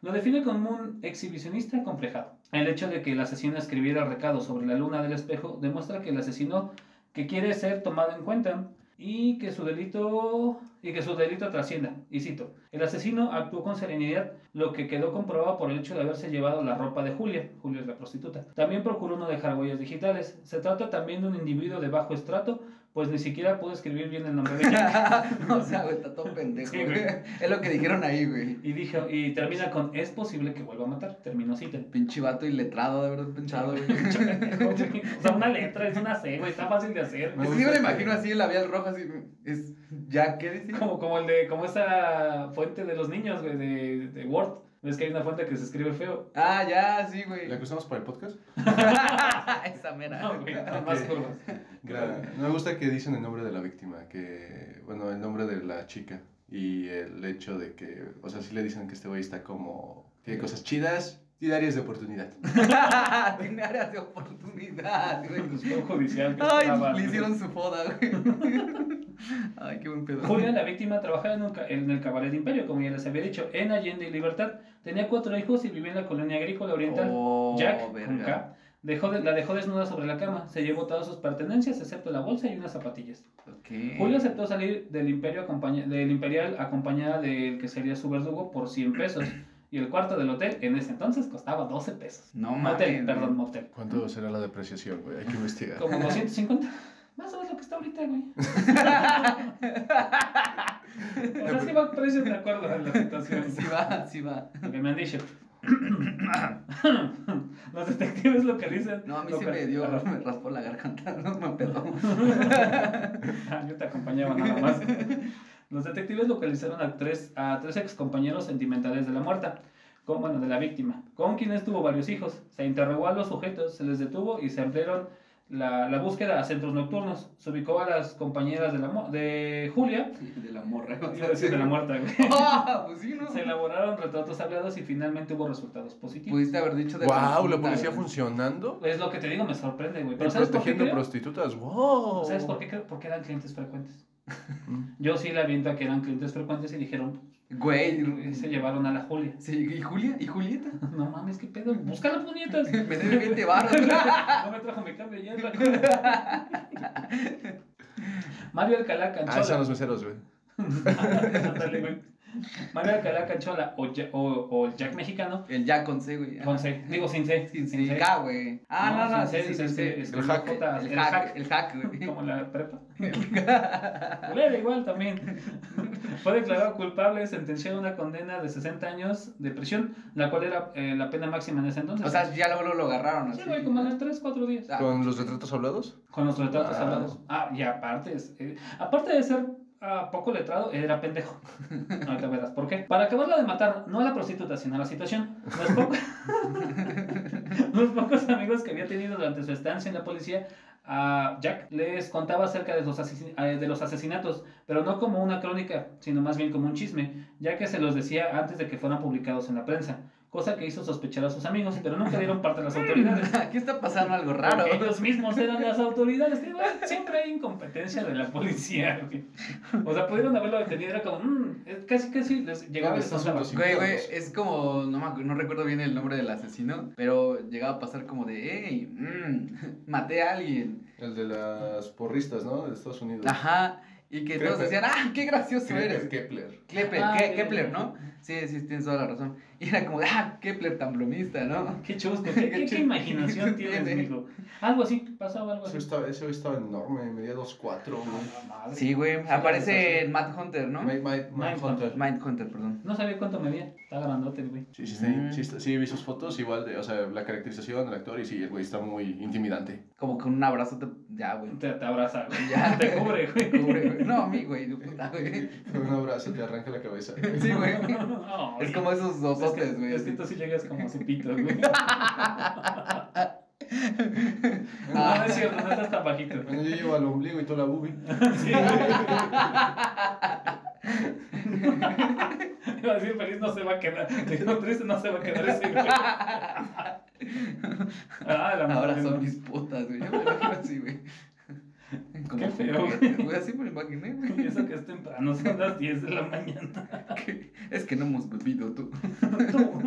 S3: lo define como un exhibicionista complejado el hecho de que el asesino escribiera recados sobre la luna del espejo demuestra que el asesino que quiere ser tomado en cuenta y que su delito y que su delito trascienda. Y cito, el asesino actuó con serenidad, lo que quedó comprobado por el hecho de haberse llevado la ropa de Julia, Julia es la prostituta. También procuró no dejar huellas digitales. Se trata también de un individuo de bajo estrato, pues ni siquiera pudo escribir bien el nombre de ella.
S1: o sea, güey, está todo pendejo.
S3: Sí, güey.
S1: güey. Es lo que dijeron ahí, güey.
S3: Y dijo, y termina con es posible que vuelva a matar. Terminó cita.
S1: Pinche vato iletrado de haber pensado, güey.
S3: Pinche pendejo, güey. o sea, una letra es una C, güey, está fácil de hacer.
S1: Es que yo me lo imagino así, el labial rojo, así. Es, ¿Ya qué decir?
S3: Como, como el de, como esa fuente de los niños, güey, de, de Word. Ves que hay una fuente que se escribe feo.
S1: Ah, ya, sí, güey. Ah,
S2: ¿La que usamos para el podcast?
S1: Esa mera.
S3: No, Ah, güey, nada más curvas.
S2: Gra- No me gusta que dicen el nombre de la víctima, que, bueno, el nombre de la chica y el hecho de que, o sea, sí le dicen que este güey está como, tiene cosas chidas y áreas de oportunidad.
S1: Tiene áreas de oportunidad, güey.
S3: Pues fue un judicial. que estaba,
S1: Ay,
S3: ¿no?
S1: le hicieron su foda, güey. Ay, qué buen pedo.
S3: Julia, la víctima, trabajaba en, un ca- en el cabaret de Imperio, como ya les había dicho, en Allende y Libertad. Tenía cuatro hijos y vivía en la colonia agrícola oriental.
S1: Oh,
S3: Jack, con
S1: verga.
S3: K, dejó de- la dejó desnuda sobre la cama. Se llevó todas sus pertenencias, excepto la bolsa y unas zapatillas.
S1: Ok.
S3: Julia aceptó salir del, imperio acompaña- del Imperial acompañada del que sería su verdugo por 100 pesos. Y el cuarto del hotel en ese entonces costaba 12 pesos.
S1: No
S3: Motel,
S1: mames.
S3: perdón, motel.
S2: ¿Cuánto será la depreciación, güey? Hay que investigar.
S3: Como 250. Más o menos lo que está ahorita, güey. o sea, sí va a precios de acuerdo a la situación.
S1: Sí va, sí va.
S3: Lo que me han dicho. Los detectives localizan.
S1: No, a mí se
S3: loca-
S1: me dio,
S3: Ah,
S1: me raspó la garganta, no me pedo.
S3: Ah, yo te acompañaba nada más. Los detectives localizaron a tres, a tres ex compañeros sentimentales de la muerta, con, bueno, de la víctima, con quienes tuvo varios hijos. Se interrogó a los sujetos, se les detuvo y se ampliaron la, la búsqueda a centros nocturnos. Se ubicó a las compañeras de, la, mu- de Julia,
S1: De la morra. o
S3: iba
S1: sea,
S3: a decir de la muerta, güey.
S1: Ah, pues sí, ¿no?
S3: Se elaboraron retratos hablados y finalmente hubo resultados positivos.
S1: Pudiste haber dicho de
S2: ¡Wow! ¿La
S1: consulta,
S2: policía
S1: güey.
S2: funcionando?
S3: Es lo que te digo, me sorprende, güey.
S2: Y
S3: Pero ¿sabes por qué
S2: protegiendo
S3: creo?
S2: prostitutas. ¡Wow!
S3: ¿Sabes por qué creo? Porque eran clientes frecuentes.
S2: Mm.
S3: Yo sí la viento a que eran clientes frecuentes y dijeron,
S1: Güey.
S3: se llevaron a la Julia.
S1: Sí, ¿Y Julia? ¿Y Julieta?
S3: No mames, qué pedo, busca las puñetas.
S1: Me debe 20 barras.
S3: no me trajo mi cambio ya es la cosa. Mario Alcalá
S2: Ah, son
S3: Canchola.
S2: los meseros, güey.
S3: Ándale, güey. Mario Alcalá Canchola o, Ja- o- o el Jack mexicano.
S1: El ya con C, güey.
S3: Con C, digo sin C.
S1: Sin C. K, güey. Ah, no, no, sí, sí,
S3: sin C,
S1: sí,
S3: es que-
S1: sí.
S3: es que
S2: El hack.
S3: J-
S1: El hack, el hack, güey.
S3: Como la prepa. Culera igual también. Fue declarado culpable, sentenciado a una condena de 60 años de prisión, la cual era eh, la pena máxima en ese entonces.
S1: O sea, ya luego lo agarraron.
S3: sí,
S1: así.
S3: güey, como a las 3, 4 días.
S1: Ah,
S2: ¿Con los retratos hablados?
S3: Con los retratos
S2: Ah.
S3: hablados. Ah, y aparte, es- eh, aparte de ser ah, poco letrado, era pendejo. Ahorita verás por qué. Para acabarla de matar, no a la prostituta, sino a la situación. Los, pocos los pocos amigos que había tenido durante su estancia en la policía, a Jack les contaba acerca de los, asesin- eh, de los asesinatos, pero no como una crónica, sino más bien como un chisme, ya que se los decía antes de que fueran publicados en la prensa. Cosa que hizo sospechar a sus amigos, pero nunca dieron parte a las autoridades.
S1: Aquí está pasando algo raro.
S3: Porque ellos mismos eran las autoridades. que, güey, siempre hay incompetencia de la policía. güey. O sea, pudieron haberlo detenido. Era como, mm, es- casi, casi les llegaba y
S2: ¿Dónde
S3: les
S2: está su
S3: contaba.
S2: dosis?
S1: Güey, güey, es como, no, me acu- no recuerdo bien el nombre del asesino, pero llegaba a pasar como de, hey, mm, maté a alguien.
S2: El de las porristas, ¿no? De Estados Unidos.
S1: Ajá. Y que todos
S2: Klepper.
S1: decían, ah, qué gracioso eres.
S2: Kepler. Kepler.
S1: Klepper,
S3: Ah,
S1: Ke-
S3: ya,
S1: Kepler,
S3: ya.
S1: ¿no? Sí, sí, tienes toda la razón. Y era como, ah, Kepler tan bromista, ¿no?
S3: Qué chusco, qué, qué- qué imaginación tienes,
S1: Tiene.
S3: amigo. Algo así, pasaba algo
S2: Ese
S3: así.
S2: estaba, ese güey estaba enorme, medía 2'4", güey.
S3: Ah, madre.
S1: Sí, güey, aparece en Matt Hunter, ¿no?
S2: Mike- Mike- Mike Hunter.
S1: Mind Hunter, perdón.
S3: No sabía cuánto medía. Está grandote, el güey.
S2: Sí, sí, está- sí, está- sí, vi sus fotos igual de, o sea, la caracterización del actor y sí, el güey está muy intimidante.
S1: Como con un abrazo, te- ya, güey.
S3: Te, te abraza, güey.
S1: Ya.
S3: Te cubre, güey.
S1: Pobre, güey. No, a mí, güey, de puta, güey.
S2: Con un abrazo te arranca la cabeza.
S1: Sí, güey.
S3: No,
S1: Es
S3: güey.
S1: como esos
S3: Es que-
S1: dosotes, güey.
S3: Es que tú sí llegas como su pito, güey. No, no es cierto, no estás tan bajito.
S2: Bueno, yo llevo al ombligo y toda la boobie.
S3: Sí. Iba a decir feliz no se va a quedar. Digo, triste no se va a quedar ese güey. Ah, la
S1: Ahora
S3: madre.
S1: son
S3: no.
S1: mis putas, güey. Yo me imagino así, güey. Como
S3: Qué feo,
S1: juguetes,
S3: güey.
S1: güey. Así me lo imaginé, güey.
S3: Y eso que es temprano, son las 10 de la mañana.
S1: Que- Es que no hemos bebido tú.
S3: Tú.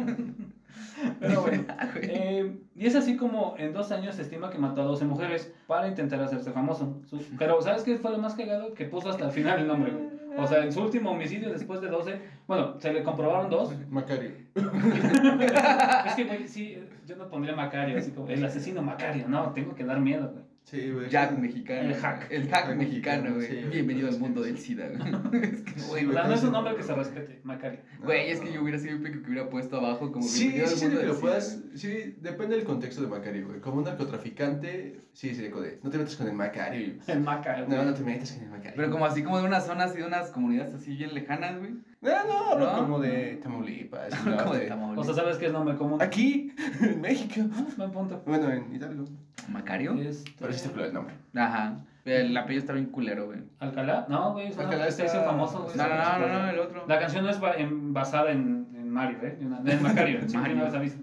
S3: Pero bueno.
S1: Ah, güey.
S3: Eh, y es así como en dos años se estima que mató a 12 mujeres para intentar hacerse famoso. Su- Pero ¿sabes qué fue lo más cagado? Que puso hasta el final el nombre, güey. O sea, en su último homicidio después de 12, bueno, se le comprobaron dos.
S2: Macario.
S3: Es que, güey, sí, yo no pondría Macario, así como el asesino Macario, no, tengo que dar miedo, güey.
S2: Sí, güey.
S1: Jack mexicano.
S3: El hack.
S1: El hack
S2: El
S1: mexicano,
S2: mexicano,
S1: güey.
S2: sí, güey.
S1: Bienvenido al
S2: Sí,
S1: mundo
S2: sí.
S1: del SIDA, güey. Es que, güey.
S2: Sí,
S3: O
S1: güey.
S3: sea, no es un nombre que se respete, Macario.
S1: es que yo hubiera sido pico que hubiera puesto abajo como
S2: Sí,
S1: bienvenido
S2: sí,
S1: al
S2: sí,
S1: mundo
S2: que
S1: del
S2: lo
S1: SIDA,
S2: puedas.
S1: güey.
S2: Sí, depende del contexto de Macario, güey. Como un narcotraficante, sí, sí, de. No te metas con el Macario.
S3: El Macario.
S2: No, no te metas con el Macario.
S1: Pero como así como de unas zonas y de unas comunidades así bien lejanas, güey.
S2: No, no,
S1: No.
S2: hablo como de Tamaulipas. norte.
S1: Como de
S3: O
S1: Tamaulipas.
S3: sea, ¿sabes qué es nombre común?
S2: Aquí, en México.
S3: Ah, Buen punto.
S2: Bueno, en Hidalgo.
S1: ¿Macario?
S3: Este,
S2: Pero sí está culero el nombre.
S1: Ajá. El apellido está bien culero, güey.
S3: ¿Alcalá? No, güey, es
S2: Alcalá
S3: una- se hizo
S2: está-
S3: famoso, güey.
S1: No, no, no, no, no, el otro.
S3: La canción no es ba- en- basada en, en Mario, ¿eh? En, una- en Macario, sí,
S1: Mario.
S3: una vez aviso.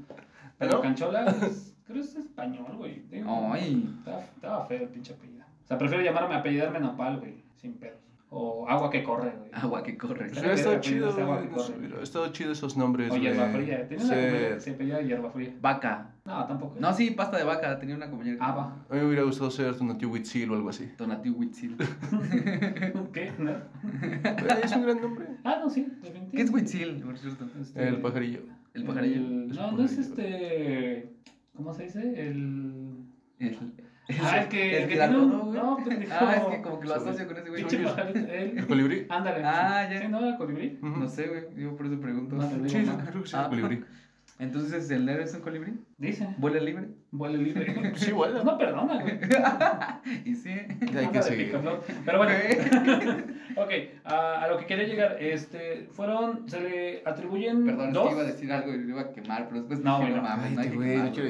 S3: Pero
S2: ¿No?
S3: Canchola es, creo que es español, güey. Digo,
S1: Ay.
S3: Estaba, estaba feo el pinche apellido. O sea, prefiero llamarme apellidarme Nopal, güey, sin pedos. O Agua que corre, güey.
S1: Agua que corre.
S3: Pero hubiera estado chido, güey, no sé,
S2: Hubiera estado chido esos nombres.
S3: O
S2: güey.
S3: hierba fría. Tenía una
S2: Sí.
S3: compañera que se apellidaba hierba fría.
S1: Vaca.
S3: No, tampoco.
S1: No, sí, pasta de vaca. Tenía una compañera.
S2: Ah,
S1: que-
S3: Ava.
S2: A mí me hubiera gustado ser Donatio Huitzil o algo así.
S1: Donatio Huitzil.
S3: ¿Qué? ¿No?
S2: Eh, es un gran nombre.
S3: Ah, no, sí,
S1: ¿Qué es
S3: definitivamente.
S1: Huitzil, por cierto?
S3: Este,
S2: El pajarillo.
S1: El pajarillo.
S3: el- No, no es este. ¿Cómo se dice? El.
S1: El-
S3: Ah, el que.
S1: El
S3: El
S1: que
S3: que
S1: la
S3: tiene un-
S1: todo, güey.
S3: No, pendejo.
S1: Ah, es que como que lo
S2: Sobre-
S1: asocio con ese güey.
S3: Pinche
S2: Soy yo.
S3: pajarito.
S2: ¿El
S3: él.
S2: colibrí?
S3: Ándale.
S1: Ah, ya.
S3: Sí, ¿no? ¿El colibrí?
S2: Ujú.
S1: No sé, güey. Yo por eso pregunto.
S3: No, te digo,
S2: Sí,
S3: mamá.
S2: creo que sí,
S1: Ah.
S2: colibrí.
S1: Entonces, ¿el héroe es un colibrí?
S3: Dice,
S1: ¿Vuela libre?
S3: vuelo libre.
S2: Sí, vuela.
S3: No perdona, güey.
S1: Y sí.
S2: Hay
S3: Anda
S2: que
S3: de
S2: seguir.
S3: picaflor. Pero bueno, ok, a, a lo que quería llegar, este, fueron, se le atribuyen
S1: Perdón, es
S3: dos.
S1: que iba a decir algo y lo iba a quemar, pero después
S3: No,
S1: dije,
S3: bueno.
S1: mames, no hay
S2: Cállate,
S1: que
S2: güey,
S1: quemarlo".
S2: no quiero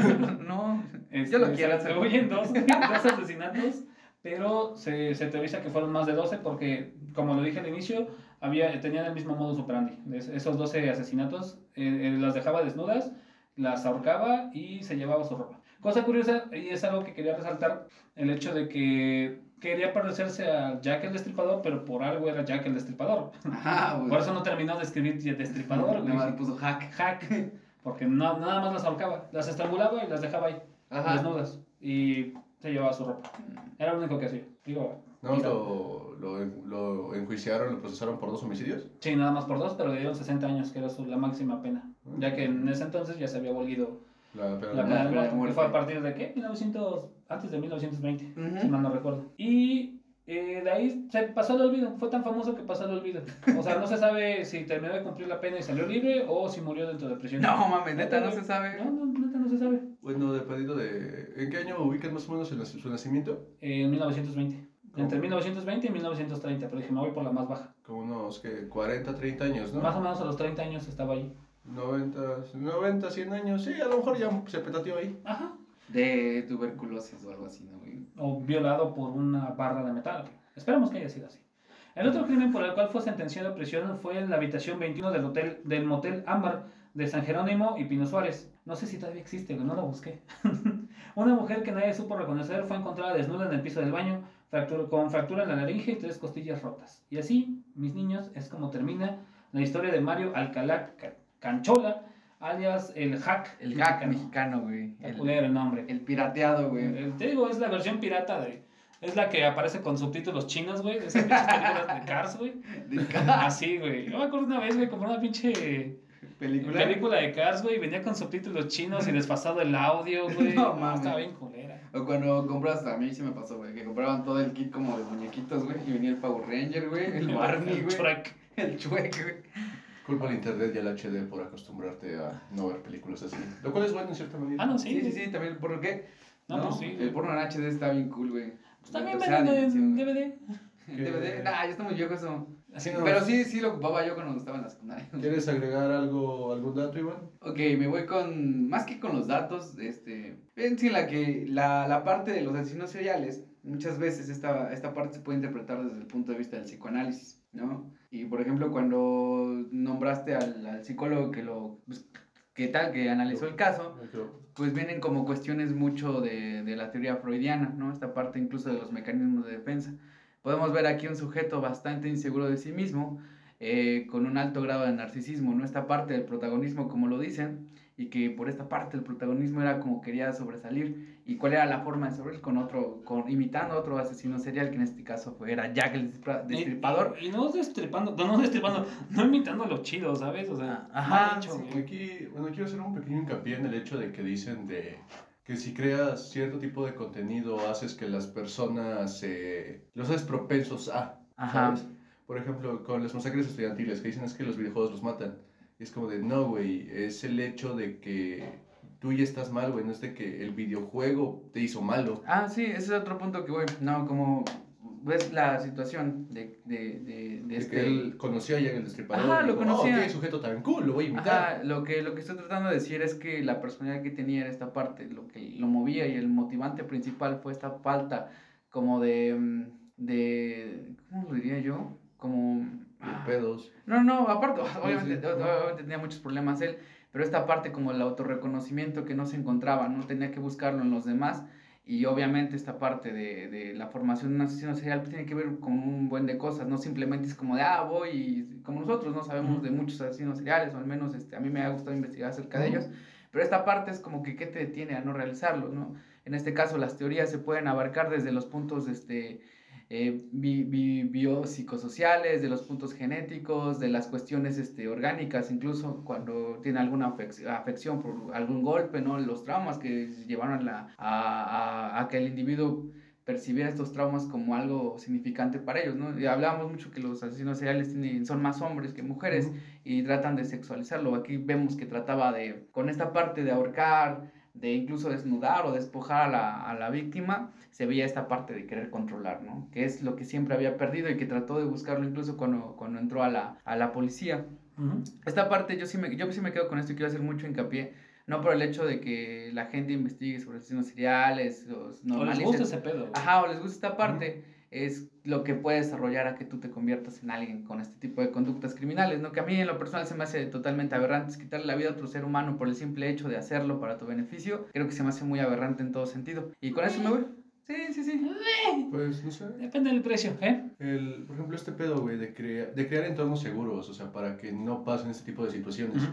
S2: editar tanto.
S1: No,
S3: Este,
S1: yo lo
S3: Se le
S1: quiero. pero-
S3: atribuyen dos, dos asesinatos, pero se, se teoriza que fueron más de 12 porque, como lo dije al inicio, había, tenían el mismo modus operandi. Es- Esos 12 asesinatos eh, eh, las dejaba desnudas, las ahorcaba y se llevaba su ropa. Cosa curiosa, y es algo que quería resaltar, el hecho de que quería parecerse a Jack el Destripador, pero por algo era Jack el Destripador.
S1: Ajá, güey.
S3: Por eso no terminó de escribir Destripador, güey.
S1: Nada más puso hack.
S3: Hack, porque no, nada más las ahorcaba, las estrangulaba y las dejaba ahí
S1: Ajá.
S3: desnudas y se llevaba su ropa. Era lo único que hacía. Digo,
S2: No, lo, lo, lo enjuiciaron, lo procesaron por dos homicidios.
S3: sí, nada más por dos, pero le dieron 60 años, que era su, la máxima pena. Ya que en ese entonces ya se había abolido
S2: La pena de muerte.
S3: la pena
S1: pena
S3: de
S1: de
S3: muerte, que
S1: muerte.
S3: fue a partir de qué? 1900, antes de 1920,
S1: Ujú.
S3: si mal no recuerdo. Y eh, de ahí se pasó al olvido, fue tan famoso que pasó al olvido. O sea, no se sabe si terminó de cumplir la pena y salió libre o si murió dentro de prisión.
S1: No, mames, neta, no
S3: güey.
S1: se sabe.
S3: No, no, neta, no se sabe.
S2: Bueno, dependiendo de. ¿En qué año ubican más o menos el, nac- su nacimiento?
S3: Eh, en 1920.
S2: ¿Cómo?
S3: Entre 1920 y 1930, pero dije, me voy por la más baja.
S2: Como unos que 40, 30 años, ¿no?
S3: Más o menos a los 30 años estaba ahí.
S2: 90, 90, 100 años. Sí, a lo mejor ya se petateó ahí.
S3: Ajá.
S1: De tuberculosis o algo así, ¿no, güey?
S3: O violado por una barra de metal. Esperemos que haya sido así. El otro crimen por el cual fue sentenciado a prisión fue en la habitación 21 del hotel del motel Ámbar de San Jerónimo y Pino Suárez. No sé si todavía existe, güey, no lo busqué. una mujer que nadie supo reconocer fue encontrada desnuda en el piso del baño, fractur- con fractura en la laringe y tres costillas rotas. Y así, mis niños, es como termina la historia de Mario Alcalá Ca- Canchola, alias el hack.
S1: El hack mexicano,
S3: mexicano.
S1: güey.
S3: Está
S1: El,
S3: culero el nombre.
S1: el pirateado, güey.
S3: El- te digo, es la versión pirata de. Es la que aparece con subtítulos chinos, güey. Esas pinches películas de Cars, güey.
S1: De cada
S3: Así, güey. Yo me acuerdo una vez, güey, compré una pinche
S1: película.
S3: película de Cars, güey. y Venía con subtítulos chinos y desfasado el audio, güey.
S1: No
S3: No,
S1: mames.
S3: Estaba bien culera.
S1: O cuando compras, a mí sí me pasó, güey, que compraban todo el kit como de muñequitos, güey, y venía el Power Ranger, güey, el Barney,
S3: El
S1: güey,
S3: Shrek.
S1: el Chueque, güey.
S2: Culpa al internet y al HD por acostumbrarte a no ver películas así. Lo cual es bueno en cierta medida.
S3: Ah, no,
S1: Sí,
S3: sí.
S1: sí, sí, también el porno, ¿qué?
S3: No, pues sí.
S1: El porno en HD está bien cool, güey.
S3: Pues también
S1: La tercera
S3: venden en
S1: dimensión, güey.
S3: DVD.
S2: DVD.
S1: DVD, nah, ya está muy viejo eso.
S3: Así
S2: no.
S1: Pero Ah, sí, sí lo ocupaba yo cuando estaba en la secundaria.
S2: ¿Quieres agregar algo, algún dato, Iván?
S1: Ok, me voy con, más que con los datos, este, en sí, la que, la, la parte de los asesinos seriales, muchas veces esta, esta parte se puede interpretar desde el punto de vista del psicoanálisis, ¿no? Y, por ejemplo, cuando nombraste al, al psicólogo que lo, pues, que tal, que analizó el caso, pues vienen como cuestiones mucho de, de la teoría freudiana, ¿no? Esta parte incluso de los mecanismos de defensa. Podemos ver aquí un sujeto bastante inseguro de sí mismo, eh, con un alto grado de narcisismo, ¿no? Esta parte del protagonismo, como lo dicen, y que por esta parte el protagonismo era como quería sobresalir. ¿Y cuál era la forma de sobresalir? Con otro, con, imitando a otro asesino serial, que en este caso fue, era Jack el Destripa- Destripador.
S3: Y, y no destripando, no, no destripando, no imitando lo chido, ¿sabes? O sea,
S1: Ah, Ajá,
S3: mal hecho,
S1: sí.
S3: güey.
S2: Aquí, bueno, quiero hacer un pequeño hincapié en el hecho de que dicen de que si creas cierto tipo de contenido haces que las personas eh, los haces propensos a,
S1: Ajá.
S2: ¿sabes? Por ejemplo, con las masacres estudiantiles que dicen es que los videojuegos los matan. Y es como de, no, güey, es el hecho de que tú ya estás mal, güey, no es de que el videojuego te hizo malo.
S1: Ah, sí, ese es otro punto que voy. No, como ves la situación de, de, de, de
S2: De
S1: este...
S2: que él conocía a Jack el Destripador.
S1: Ajá,
S2: y
S1: lo
S2: dijo, "Oh,
S1: conocía".
S2: qué sujeto tan cool, lo voy a imitar.
S1: Ajá, lo que, lo que estoy tratando de decir es que la personalidad que tenía era esta parte, lo que lo movía y el motivante principal fue esta falta como de, mm, de ¿cómo lo diría yo? Como... ah,
S2: Y Pedos.
S1: No, no, aparte, obviamente,
S2: sí.
S1: obviamente tenía muchos problemas él, pero esta parte como el autorreconocimiento que no se encontraba, no tenía que buscarlo en los demás y obviamente esta parte de, de la formación de un asesino serial pues, tiene que ver con un buen de cosas, no simplemente es como de, ah, voy y como nosotros no sabemos
S3: Ujú.
S1: de muchos asesinos seriales, o al menos este, a mí me ha gustado investigar acerca de
S3: Ujú.
S1: ellos, pero esta parte es como que qué te detiene a no realizarlo, ¿no? En este caso las teorías se pueden abarcar desde los puntos este, eh, bi- bi- biopsicosociales, de los puntos genéticos, de las cuestiones este, orgánicas, incluso cuando tiene alguna afec- afección por algún golpe, ¿no? los traumas que llevaron a, la- a- a- a que el individuo percibir estos traumas como algo significante para ellos, ¿no? Y hablábamos mucho que los asesinos seriales tienen, son más hombres que mujeres y tratan de sexualizarlo. Aquí vemos que trataba de, con esta parte de ahorcar, de incluso desnudar o despojar a la, a la víctima, se veía esta parte de querer controlar, ¿no? Que es lo que siempre había perdido y que trató de buscarlo incluso cuando, cuando entró a la, a la policía.
S3: Ujú.
S1: Esta parte yo sí, me, yo sí me quedo con esto y quiero hacer mucho hincapié, no por el hecho de que la gente investigue sobre asesinos seriales, los
S3: O les gusta
S1: normalice
S3: ese pedo. güey.
S1: ajá, o les gusta esta parte, es lo que puede desarrollar a que tú te conviertas en alguien con este tipo de conductas criminales, ¿no? Que a mí en lo personal se me hace totalmente aberrante es quitarle la vida a otro ser humano por el simple hecho de hacerlo para tu beneficio. Creo que se me hace muy aberrante en todo sentido. Y con eso me voy. Sí, sí, sí.
S2: Pues no sé.
S3: Depende del precio, ¿eh?
S2: El, por ejemplo, este pedo, güey, de, crea- de crear entornos seguros, o sea, para que no pasen este tipo de situaciones.
S3: Ujú.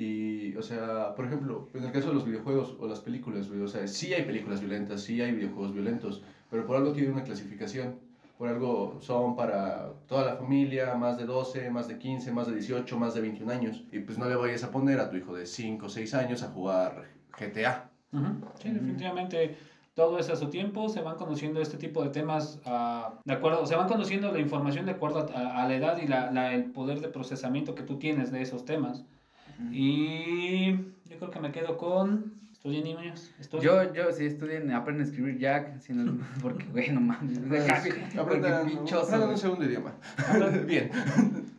S2: Y, o sea, por ejemplo, en el caso de los videojuegos o las películas, güey, o sea, sí hay películas violentas, sí hay videojuegos violentos, pero por algo tiene una clasificación. Por algo son para toda la familia, más de 12, más de 15, más de 18, más de 21 años. Y pues no le vayas a poner a tu hijo de 5 o 6 años a jugar GTA.
S3: Ujú. Sí, definitivamente todo es a su tiempo, se van conociendo este tipo de temas ah, de acuerdo, se van conociendo la información de acuerdo a, a la edad y la, la- el poder de procesamiento que tú tienes de esos temas. Y yo creo que me quedo con... ¿Estoy en niños? ¿Estoy?
S1: Yo, yo, si estudien, aprenden a escribir Jack, si no- porque, güey, no mames. Porque
S2: Aprendan,
S1: pinchoso,
S2: aprendan
S1: güey.
S2: un segundo idioma.
S3: Hablan-
S2: Bien.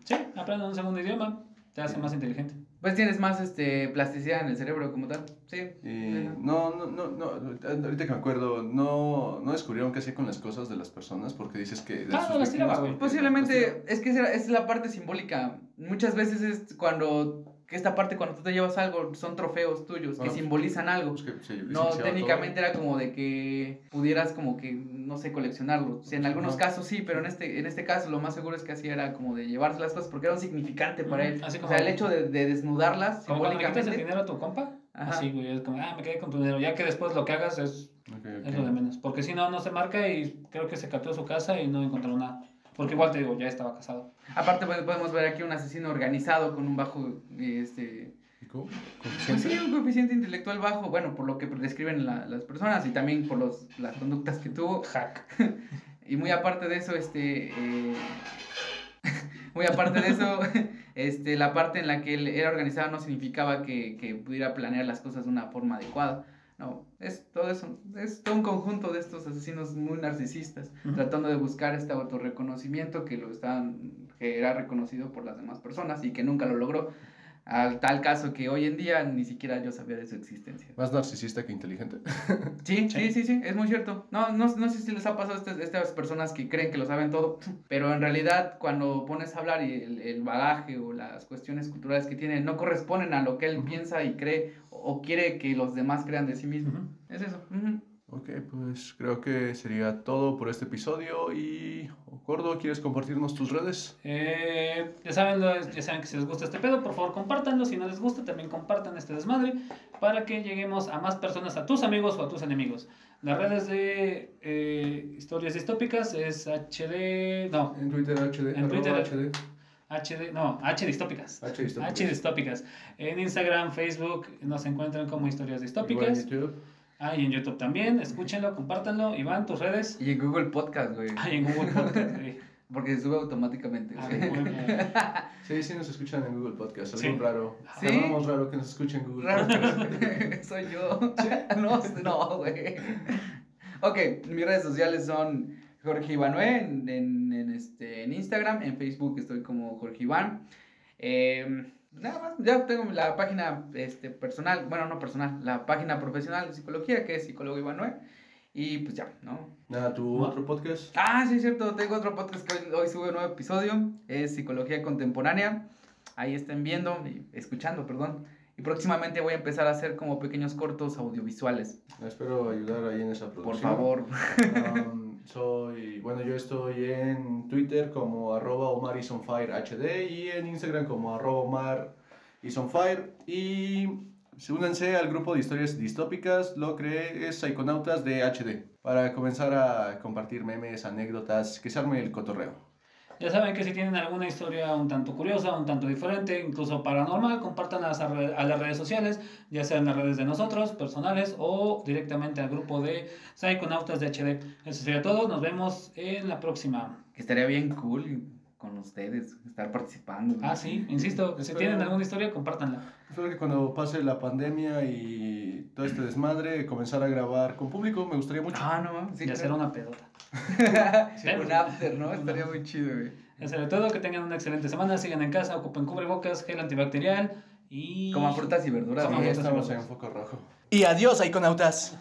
S3: Sí, aprendan un segundo idioma, te hace más inteligente.
S1: Pues tienes más este, plasticidad en el cerebro como tal. Sí.
S2: Y
S1: Ajá.
S2: no, no, no, no, ahorita que me acuerdo, no, no descubrieron qué hacía con las cosas de las personas porque dices que... de
S3: Ah,
S2: sus
S3: no, las
S2: víctimas,
S3: tiraba, güey.
S2: porque-
S1: Posiblemente, es que esa esa es la parte simbólica. Muchas veces es cuando, que esta parte cuando tú te llevas algo, son trofeos tuyos que
S2: Ah.
S1: simbolizan algo.
S2: Pues que se
S1: No,
S2: licenciaba todo.
S1: técnicamente era como de que pudieras como que, no sé, coleccionarlo. Si en algunos
S2: Ajá.
S1: casos sí, pero en este, en este caso lo más seguro es que así era como de llevarse las cosas porque era un significante para
S3: Ujú,
S1: él.
S3: así
S1: O
S3: como-
S1: sea, el hecho de, de desnudarlas
S3: Como cuando le quitas el
S1: simbólicamente.
S3: dinero a tu compa,
S1: Ajá.
S3: así, güey, es como, ah, me quedé con tu dinero, ya que después lo que hagas es,
S2: Ok, ok.
S3: es lo de menos, porque si no, no se marca y creo que se captó su casa y no encontró nada, porque igual te digo, ya estaba casado.
S1: Aparte pues, podemos ver aquí un asesino organizado con un bajo, este,
S2: ¿Y cómo?
S1: Pues sí,
S2: ¿Coeficiente?
S1: un coeficiente intelectual bajo, bueno, por lo que describen la- las personas y también por los, las conductas que tuvo.
S3: hack.
S1: Y muy aparte de eso, este... eh, muy aparte de eso, este, la parte en la que él era organizado no significaba que, que pudiera planear las cosas de una forma adecuada. No, es todo eso, es todo un conjunto de estos asesinos muy narcisistas,
S3: Ujú.
S1: tratando de buscar este autorreconocimiento que lo estaban, que era reconocido por las demás personas y que nunca lo logró. Al tal caso que hoy en día ni siquiera yo sabía de su existencia.
S2: Más narcisista que inteligente.
S1: Sí, sí, sí, sí, es muy cierto. No, no, no sé si les ha pasado a estas, estas personas que creen que lo saben todo, pero en realidad cuando pones a hablar y el, el bagaje o las cuestiones culturales que tienen no corresponden a lo que él
S3: Ujú.
S1: piensa y cree o quiere que los demás crean de sí mismo. Es eso. ujú.
S2: Ok, pues creo que sería todo por este episodio y... oh, Gordo, ¿quieres compartirnos tus redes?
S3: Eh, ya, saben, lo- ya saben que si les gusta este pedo, por favor compártanlo. Si no les gusta, también compartan este desmadre para que lleguemos a más personas, a tus amigos o a tus enemigos. Las redes de eh, historias distópicas es HD. No,
S2: En Twitter, HD.
S3: En Twitter,
S2: arroba
S3: HD. No, H distópicas.
S2: HD. H distópicas.
S3: H distópicas. En Instagram, Facebook nos encuentran como
S2: Igual
S3: historias
S2: en
S3: distópicas.
S2: YouTube.
S3: Ah, y en YouTube también. Escúchenlo, compártanlo. Iván, tus redes.
S1: Y en Google Podcast, güey.
S3: Ah, y en Google Podcast. güey.
S1: Porque se sube automáticamente.
S3: Ah,
S1: güey.
S3: güey.
S2: Sí, sí nos escuchan en Google Podcast. Algo
S3: Sí.
S2: raro.
S1: Sí.
S2: Llamamos raro que nos escuchen en Google
S1: Raro,
S2: Podcast.
S1: pero soy yo. No, no, güey. Ok, mis redes sociales son Jorge Ivanue en, en- en este, en Instagram, en Facebook estoy como Jorge Iván. Eh, nada más, ya tengo la página este, personal, bueno, no personal, la página profesional de psicología que es psicólogo Ivanue. Y pues ya, ¿no?
S2: Nada, tu otro podcast.
S1: Ah, sí, es cierto, tengo otro podcast que hoy, hoy sube un nuevo episodio, es Psicología Contemporánea. Ahí estén viendo, y escuchando, perdón. Y próximamente voy a empezar a hacer como pequeños cortos audiovisuales.
S2: Espero ayudar ahí en esa
S1: Por
S2: producción.
S1: favor.
S2: Um, soy, bueno, yo estoy en Twitter como arroba Omar HD y en Instagram como arroba Omar Y se- únanse al grupo de historias distópicas, lo creé, es Psychonautas de HD, para comenzar a compartir memes, anécdotas, que se arme el cotorreo.
S3: Ya saben que si tienen alguna historia un tanto curiosa, un tanto diferente, incluso paranormal, compartan a, a las redes sociales, ya sean las redes de nosotros, personales o directamente al grupo de Psychonautas de HD. Eso sería todo, nos vemos en la próxima.
S1: Que estaría bien cool con ustedes, estar participando.
S3: Ah, sí, insisto, si
S2: Espero-
S3: tienen alguna historia, compártanla.
S2: Espero que cuando pase la pandemia y todo este desmadre, comenzar a grabar con público, me gustaría mucho.
S1: Ah, no, mames, sí.
S3: y hacer
S1: claro.
S3: una pedota.
S1: Sí, un after, ¿no? Estaría muy chido, güey.
S3: Eso sería todo, que tengan una excelente semana, sigan en casa, ocupen cubrebocas, gel antibacterial y...
S1: Como frutas y verduras.
S3: Coman
S1: ¿no?
S2: Sí,
S3: frutas y
S2: estamos en
S3: verduras.
S2: foco rojo.
S4: Y adiós, iconautas.